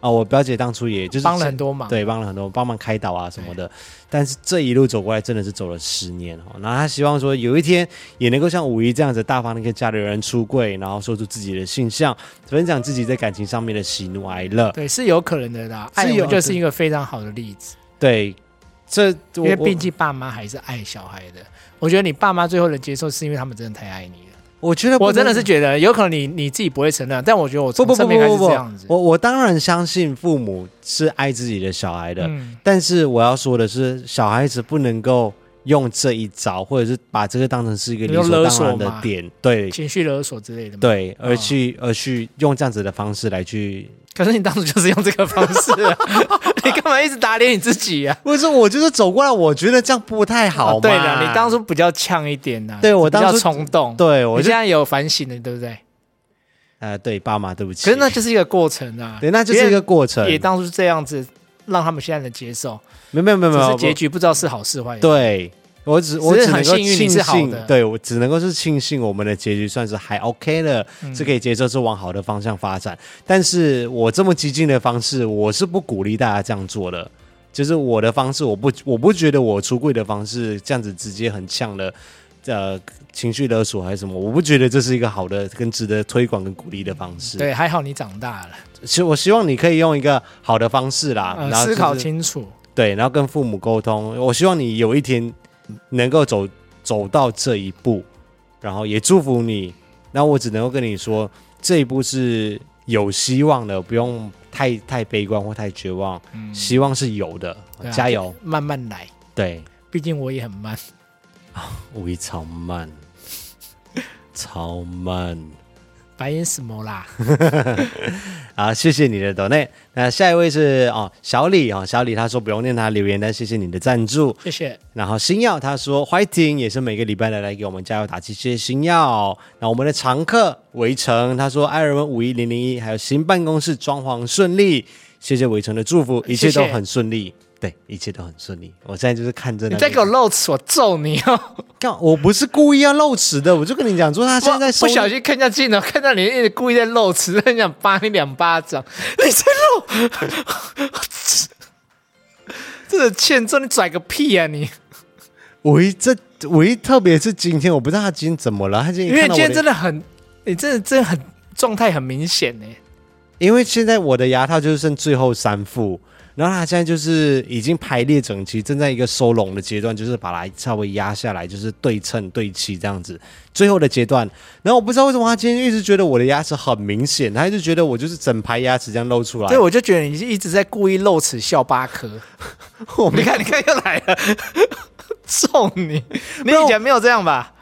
Speaker 1: 啊、我表姐当初也就是
Speaker 2: 帮了很多忙。
Speaker 1: 对，帮了很多，帮忙开导啊什么的。但是这一路走过来，真的是走了十年哦。那他希望说，有一天也能够像五一这样子，大方的跟家里人出柜，然后说出自己的性向，分享自己在感情上面的喜怒哀乐。
Speaker 2: 对，是有可能的啦。
Speaker 1: 是
Speaker 2: 爱
Speaker 1: 有
Speaker 2: 我就是一个非常好的例子，
Speaker 1: 对，这
Speaker 2: 因
Speaker 1: 我
Speaker 2: 为毕竟爸妈还是爱小孩的。我觉得你爸妈最后的接受，是因为他们真的太爱你了。
Speaker 1: 我我觉得不
Speaker 2: 我真的
Speaker 1: 能
Speaker 2: 是觉得，有可能你你自己不会承认，但我觉得
Speaker 1: 不
Speaker 2: 我从
Speaker 1: 不不
Speaker 2: 侧
Speaker 1: 不
Speaker 2: 面开
Speaker 1: 不
Speaker 2: 始
Speaker 1: 不
Speaker 2: 这样子。
Speaker 1: 我我当然相信父母是爱自己的小孩的，
Speaker 2: 嗯，
Speaker 1: 但是我要说的是，小孩子不能够用这一招，或者是把这个当成是一个理
Speaker 2: 你说
Speaker 1: 所当
Speaker 2: 勒
Speaker 1: 然
Speaker 2: 索
Speaker 1: 的
Speaker 2: 嘛
Speaker 1: 点，对
Speaker 2: 情绪勒索之类的嘛。
Speaker 1: 对，而
Speaker 2: 哦
Speaker 1: 去、而去用这样子的方式来去，
Speaker 2: 可是你当初就是用这个方式、 啊，你干嘛一直打脸你自己呀、啊？哦
Speaker 1: 不是我就是走过来，我觉得这样不太好嘛。
Speaker 2: 啊对了，你当初比较呛一点呐、
Speaker 1: 对我当初
Speaker 2: 比较冲动，
Speaker 1: 对我
Speaker 2: 你
Speaker 1: 就
Speaker 2: 现在有反省了，对不对？
Speaker 1: 呃对爸妈对不起，
Speaker 2: 可是那就是一个过程啊，
Speaker 1: 对那就是一个过
Speaker 2: 别
Speaker 1: 程
Speaker 2: 人，也当初这样子，让他们现在能接受，
Speaker 1: 没有没有没有没
Speaker 2: 只
Speaker 1: 有
Speaker 2: 是结局不知道是好是坏。，
Speaker 1: 对我只我
Speaker 2: 只
Speaker 1: 只
Speaker 2: 是
Speaker 1: 能
Speaker 2: 很
Speaker 1: 够
Speaker 2: 幸运你
Speaker 1: 庆
Speaker 2: 是好
Speaker 1: 幸，
Speaker 2: 的
Speaker 1: 对我只能够是庆幸我们的结局算是还 OK 了，
Speaker 2: 嗯
Speaker 1: 是可以接受，是往好的方向发展。但是我这么激进的方式，我是不鼓励大家这样做的。就是我的方式，我不我不觉得我出柜的方式这样子直接很呛的，呃，情绪勒索还是什么，我不觉得这是一个好的跟值得推广跟鼓励的方式。，
Speaker 2: 对，还好你长大了，
Speaker 1: 其实我希望你可以用一个好的方式啦，
Speaker 2: 呃
Speaker 1: 啊然后、
Speaker 2: 思考清楚。
Speaker 1: 对，然后跟父母沟通。我希望你有一天能够走走到这一步，然后也祝福你。那我只能够跟你说，这一步是有希望的，不用太太悲观或太绝望，希望是有的，
Speaker 2: 嗯对啊
Speaker 1: 加油！
Speaker 2: 慢慢来，
Speaker 1: 对，
Speaker 2: 毕竟我也很慢。
Speaker 1: 五一超慢， 超慢。
Speaker 2: 白眼什 么啦？
Speaker 1: 啊，谢谢你的 donate。那下一位是哦，小李哦，小李他说不用念他留言，但谢谢你的赞助。
Speaker 2: 谢谢。
Speaker 1: 然后星耀他说，Fighting 也是每个礼拜的来给我们加油打气，谢谢星耀。那我们的常客围城他说，艾尔文五一零零一，还有新办公室装潢顺利，谢谢围城的祝福，一切都
Speaker 2: 呃谢谢
Speaker 1: 很顺利。对，一切都很顺利。我现在就是看着那
Speaker 2: 你
Speaker 1: 边
Speaker 2: 再给我露齿，我揍你哦！
Speaker 1: 干，我不是故意要露齿的，我就跟你讲说，他现在收
Speaker 2: 不小心看下镜头，看到你一直故意在露齿，很想扒你两 巴掌，你在露， 这个欠揍，你拽个屁啊你！
Speaker 1: 五一这五一，特别是今天，我不知道他今天怎么了，他今
Speaker 2: 因
Speaker 1: 天看
Speaker 2: 为你
Speaker 1: 到
Speaker 2: 今
Speaker 1: 我
Speaker 2: 天
Speaker 1: 的
Speaker 2: 真的很，你真的真的很状态很明显欸呢。
Speaker 1: 因为现在我的牙套就是剩最后三副，然后它现在就是已经排列整齐，正在一个收拢的阶段，就是把它稍微压下来，就是对称对齐这样子，最后的阶段。然后我不知道为什么他今天一直觉得我的牙齿很明显，他一直觉得我就是整排牙齿这样露出来
Speaker 2: 所以。我就觉得你一直在故意露齿笑八 颗。
Speaker 1: 我
Speaker 2: 你
Speaker 1: 没，
Speaker 2: 看，你看又来了， 揍你！你
Speaker 1: 有
Speaker 2: 以前没有这样吧？？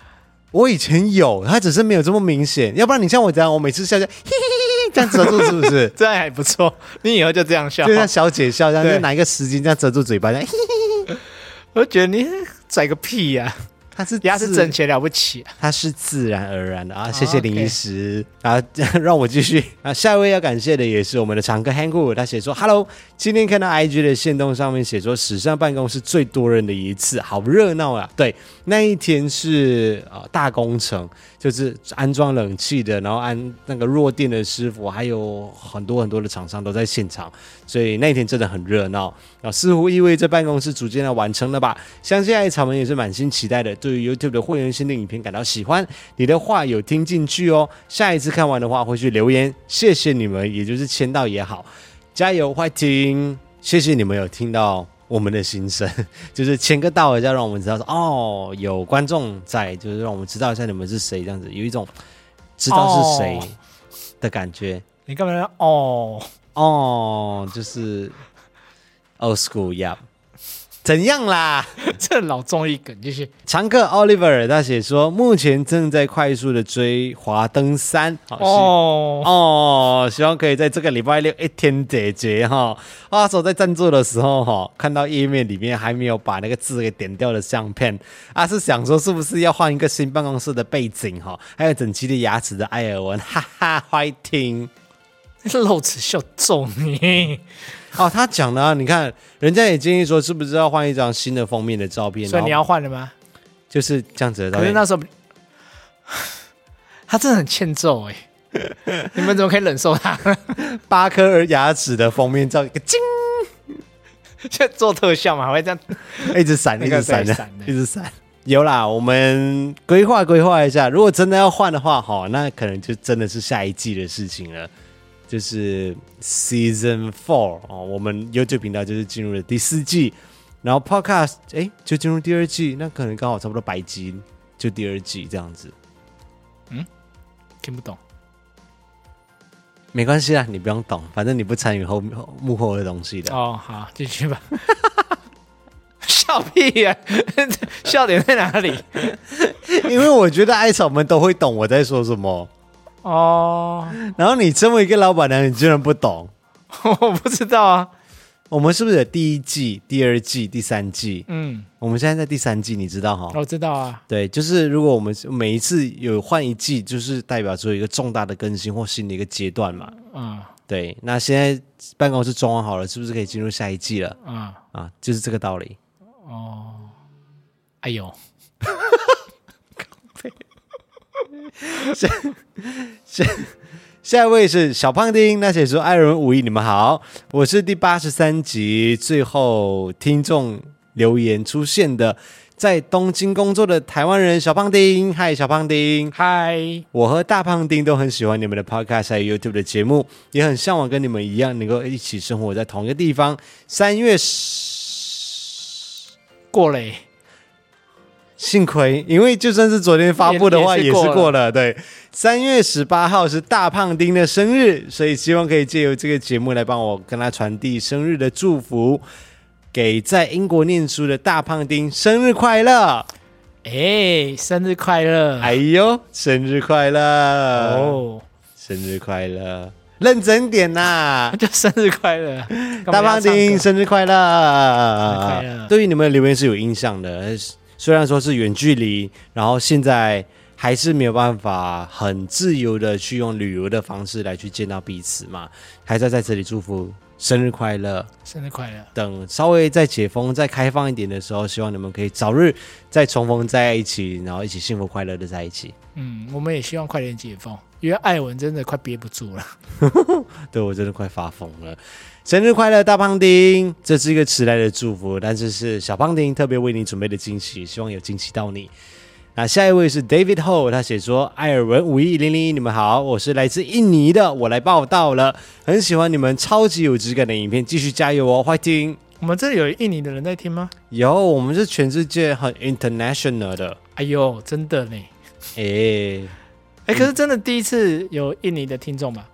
Speaker 1: 我以前有，他只是没有这么明显。要不然你像我这样，我每次笑笑，嘿嘿嘿嘿， 这样遮住是不是
Speaker 2: 这样还不错。你以后就这样笑
Speaker 1: 就，像小姐笑一样，
Speaker 2: 对啊
Speaker 1: 就拿一个湿巾这样遮住嘴巴，这样嘿嘿
Speaker 2: 我就觉得你拽个屁啊呀、
Speaker 1: 她是
Speaker 2: 牙齿
Speaker 1: 自
Speaker 2: 整齐了不起、啊。
Speaker 1: 它是自然而然的啊！谢谢
Speaker 2: OK
Speaker 1: 林医师啊， 让我继续啊。下一位要感谢的也是我们的常客 Hangu，他写说：“Hello，今天看到 IG 的线动上面写说，史上办公室最多人的一次，好热闹啊！对，那一天是啊、呃大工程，就是安装冷气的，然后安那个弱电的师傅，还有很多很多的厂商都在现场，所以那一天真的很热闹。啊，似乎意味着办公室逐渐的完成了吧？相信艾草们也是满心期待的，对于 YouTube 的会员限定影片感到喜欢。你的话有听进去哦，下一次看完的话会去留言，谢谢你们，也就是签到也好，加油快听，谢谢你们有听到。我们的心声 就是签个到，一下，让我们知道说哦，有观众在，就是让我们知道一下你们是谁，这样子有一种知道是谁
Speaker 2: 哦
Speaker 1: 的感觉
Speaker 2: 你干嘛要哦？
Speaker 1: 哦，就是 old school yeah，怎样啦？
Speaker 2: 这老综艺梗就是
Speaker 1: 常客 Oliver 他写说，目前正在快速的追《华灯三》好，哦
Speaker 2: 哦，
Speaker 1: 哦，希望可以在这个礼拜六一天解决哈。啊，手在赞助的时候哈，看到页面里面还没有把那个字给点掉的相片，啊，是想说是不是要换一个新办公室的背景哈，还有整齐的牙齿的艾尔文，哈哈，fighting。
Speaker 2: 露齿秀揍你！
Speaker 1: 哦，他讲了、啊，你看人家也建议说，是不是要换一张新的封面的照片？
Speaker 2: 所以你
Speaker 1: 然后
Speaker 2: 要换了吗？
Speaker 1: 就是这样子的照
Speaker 2: 可是
Speaker 1: 片。
Speaker 2: 那时候，哎他真的很欠揍哎、 你们怎么可以忍受他？
Speaker 1: 八颗牙齿的封面照，一个金。
Speaker 2: 现在做特效嘛，还会这样？
Speaker 1: 一直闪，
Speaker 2: 那
Speaker 1: 一
Speaker 2: 个
Speaker 1: 直闪
Speaker 2: 对
Speaker 1: 的
Speaker 2: 闪，的
Speaker 1: 一直闪。有啦，我们规划规划一下，如果真的要换的话，哈，那可能就真的是下一季的事情了，就是 Season Four 哦，我们 YouTube 频道就是进入了第四季，然后 Podcast 哎就进入第二季，那可能刚好差不多白集就第二季这样子，
Speaker 2: 听不懂。
Speaker 1: 没关系啦，你不用懂，反正你不参与后后幕后的东西的。
Speaker 2: 哦，好，继续吧。 笑屁呀、 笑点在哪里？
Speaker 1: 因为我觉得艾草们都会懂我在说什么，
Speaker 2: 哦，
Speaker 1: 然后你身为一个老板娘，你居然不懂。
Speaker 2: 我不知道啊。
Speaker 1: 我们是不是有第一季、第二季、第三季？
Speaker 2: 嗯，
Speaker 1: 我们现在在第三季，你知道哈？
Speaker 2: 我知道啊。
Speaker 1: 对，就是如果我们每一次有换一季，就是代表着一个重大的更新或新的一个阶段嘛。
Speaker 2: 嗯
Speaker 1: 对，那现在办公室装潢好了，是不是可以进入下一季了
Speaker 2: 嗯，
Speaker 1: 啊？就是这个道理。
Speaker 2: 哎呦，
Speaker 1: 下一位是小胖丁，那写说：“艾伦五一，你们好，我是第八十三集最后听众留言出现的，在东京工作的台湾人小胖丁。嗨，小胖丁，
Speaker 2: 嗨，
Speaker 1: 我和大胖丁都很喜欢你们的 podcast 还有 YouTube 的节目，也很向往跟你们一样能够一起生活在同一个地方。三月十，
Speaker 2: 过嘞。
Speaker 1: 幸亏因为就算是昨天发布的话
Speaker 2: 也
Speaker 1: 也
Speaker 2: 也
Speaker 1: 是
Speaker 2: 是过了
Speaker 1: 过了，对，三月十八号是大胖丁的生日，所以希望可以借由这个节目来帮我跟他传递生日的祝福，给在英国念书的大胖丁生日快乐！
Speaker 2: 哎、生日快乐！
Speaker 1: 哎呦，生日快乐！
Speaker 2: 哦，
Speaker 1: 生日快乐！认真点呐、
Speaker 2: 那就生日快乐，
Speaker 1: 大胖丁
Speaker 2: 生
Speaker 1: 生日快乐！
Speaker 2: 生日快乐
Speaker 1: 对于你们的留言是有印象的，虽然说是远距离，然后现在还是没有办法很自由的去用旅游的方式来去见到彼此嘛，还是要在这里祝福生日快乐。
Speaker 2: 生日快乐，
Speaker 1: 等稍微再解封、再开放一点的时候，希望你们可以早日再重逢在一起，然后一起幸福快乐的在一起。
Speaker 2: 嗯，我们也希望快点解封，因为艾文真的快憋不住了。
Speaker 1: 对我真的快发疯了。生日快乐，大胖丁！这是一个迟来的祝福，但是是小胖丁特别为你准备的惊喜，希望有惊喜到你。那下一位是 David Ho，他写说：“艾尔文五一零零一，你们好，我是来自印尼的，我来报道了，很喜欢你们超级有质感的影片，继续加油哦，欢迎！
Speaker 2: 我们这里有印尼的人在听吗？
Speaker 1: 有，我们是全世界很 international 的，
Speaker 2: 哎呦，真的呢！
Speaker 1: 诶，
Speaker 2: 哎、可是真的第一次有印尼的听众吧？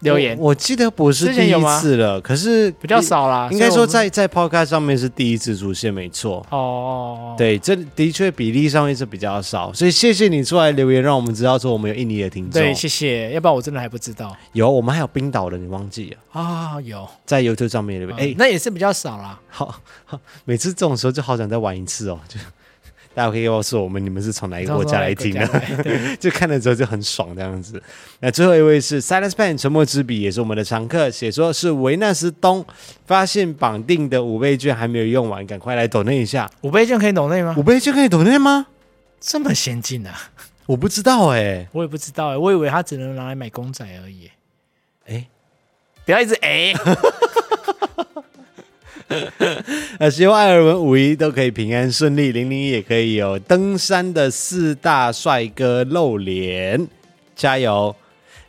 Speaker 2: 留言，
Speaker 1: 我我记得不是
Speaker 2: 之前
Speaker 1: 第
Speaker 2: 有
Speaker 1: 一
Speaker 2: 吗
Speaker 1: 次了，可是
Speaker 2: 比较。少啦。
Speaker 1: 应该
Speaker 2: 所以
Speaker 1: 说
Speaker 2: 我们
Speaker 1: 在在 Podcast 上面是第一次出现，没错。
Speaker 2: 哦哦，哦，
Speaker 1: 对，这的确比例上面是比较少，所以谢谢你出来留言，让我们知道说我们有印尼的听众
Speaker 2: 对，，谢谢，要不然我真的还不知道
Speaker 1: 有我们还有冰岛的，你忘记了，
Speaker 2: 啊、有，
Speaker 1: 在 YouTube 上面留言。
Speaker 2: 哎、
Speaker 1: 哎、
Speaker 2: 那也是比较少啦。
Speaker 1: 好好，每次这种时候就好想再玩一次哦，就 大家可以告诉我们你们是从哪一个国家来听
Speaker 2: 你知道
Speaker 1: 的
Speaker 2: 吗。国家来对
Speaker 1: 就看的时候就很爽这样子。那最后一位是 Silence Pen 沉默之笔，也是我们的常客，写说是维纳斯东发现绑定的五倍券还没有用完，赶快来抖那一下。
Speaker 2: 五倍券可以懂内吗
Speaker 1: 五？倍券可以抖那吗？
Speaker 2: 这么先进啊！
Speaker 1: 我不知道哎、
Speaker 2: 我也不知道哎、我以为它只能拿来买公仔而已、
Speaker 1: 哎
Speaker 2: 不要一直哎、
Speaker 1: 呃，希望艾尔文五一都可以平安顺利，零零一也可以有登山的四大帅哥露脸，加油！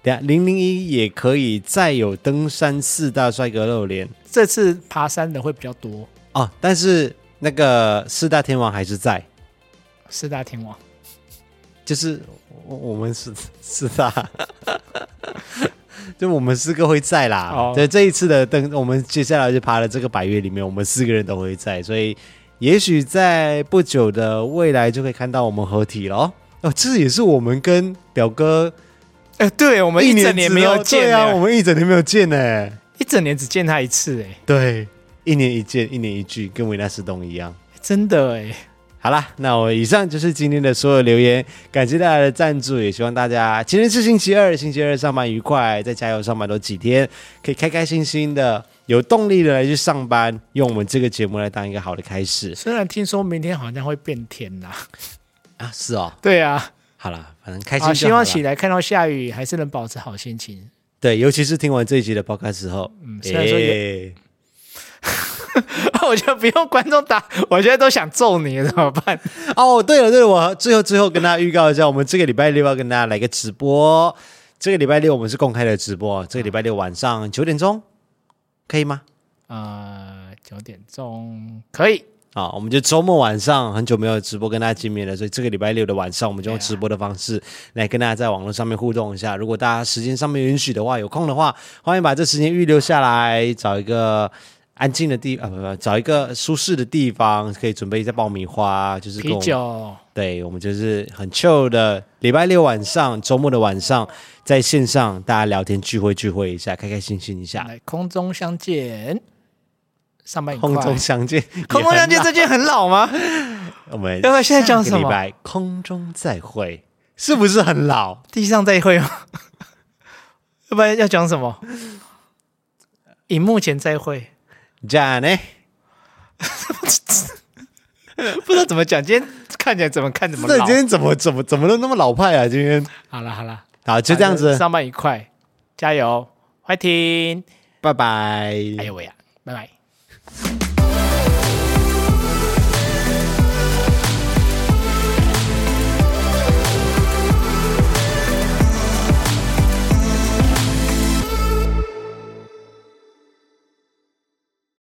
Speaker 1: 等下零零一也可以再有登山四大帅哥露脸
Speaker 2: 这次爬山的会比较多，
Speaker 1: 哦，但是那个四大天王还是在，
Speaker 2: 四大天王。
Speaker 1: 就是我我们四四大， 就我们四个会在啦。
Speaker 2: 哦
Speaker 1: 对，这一次的登，我们接下来就爬了这个百月里面，我们四个人都会在，所以也许在不久的未来就可以看到我们合体了。哦，这也是我们跟表哥
Speaker 2: 哎、对我
Speaker 1: 我
Speaker 2: 们一整年没有见
Speaker 1: 对
Speaker 2: 了
Speaker 1: 啊，我们一整年没有见呢、
Speaker 2: 一整年只见他一次、哎，
Speaker 1: 对，一年一见，一年一聚，跟维纳斯东一样。
Speaker 2: 真的哎、
Speaker 1: 好啦，那我以上就是今天的所有留言，感谢大家的赞助，也希望大家今天是星期二，星期二上班愉快，在加油上班都几天，可以开开心心的，有动力的来去上班，用我们这个节目来当一个好的开始
Speaker 2: 虽然听说明天好像会变天啦，
Speaker 1: 啊！是哦，
Speaker 2: 对啊，
Speaker 1: 好啦，反正开心
Speaker 2: 好，
Speaker 1: 就
Speaker 2: 希
Speaker 1: 好啦
Speaker 2: 望起来看到下雨还是能保持好心情。
Speaker 1: 对，尤其是听完这一集的 podcast 之后，嗯
Speaker 2: 虽然说有
Speaker 1: 诶
Speaker 2: 我觉得不用观众打，我觉得都想揍你了，怎么办？
Speaker 1: 哦，对了对了，我最后最后跟大家预告一下，我们这个礼拜六要跟大家来个直播，这个礼拜六我们是公开的直播，这个礼拜六晚上九点钟，可以吗？
Speaker 2: 呃，九点钟可以，
Speaker 1: 啊，我们就周末晚上很久没有直播跟大家见面了，所以这个礼拜六的晚上，我们就用
Speaker 2: 对啊
Speaker 1: 直播的方式来跟大家在网络上面互动一下。如果大家时间上面允许的话，有空的话，欢迎把这时间预留下来，找一个安静的地啊，不不，找一个舒适的地方，可以准备一下爆米花，就是跟我们
Speaker 2: 啤酒
Speaker 1: 对我们就是很 chill 的，礼拜六晚上、周末的晚上，在线上大家聊天聚会聚会一下，开开心心一下，
Speaker 2: 来空中相见，上班愉快。
Speaker 1: 空中相见，
Speaker 2: 空中相见这句很老吗？
Speaker 1: 我们
Speaker 2: 要不然现在讲什
Speaker 1: 下个礼
Speaker 2: 么
Speaker 1: 拜空中再会，是不是很老？
Speaker 2: 地上再会吗？ 要不然要讲什么？荧幕前再会，
Speaker 1: 这样呢？
Speaker 2: 不知道怎么讲。今天看起来怎么看怎么
Speaker 1: 这
Speaker 2: 老
Speaker 1: 今。天怎么怎么怎么都那么老派啊？今天
Speaker 2: 好了好了，
Speaker 1: 好，就这样子，
Speaker 2: 上班愉快，加油，欢迎。
Speaker 1: 拜拜
Speaker 2: 哎。呦喂呀，拜拜。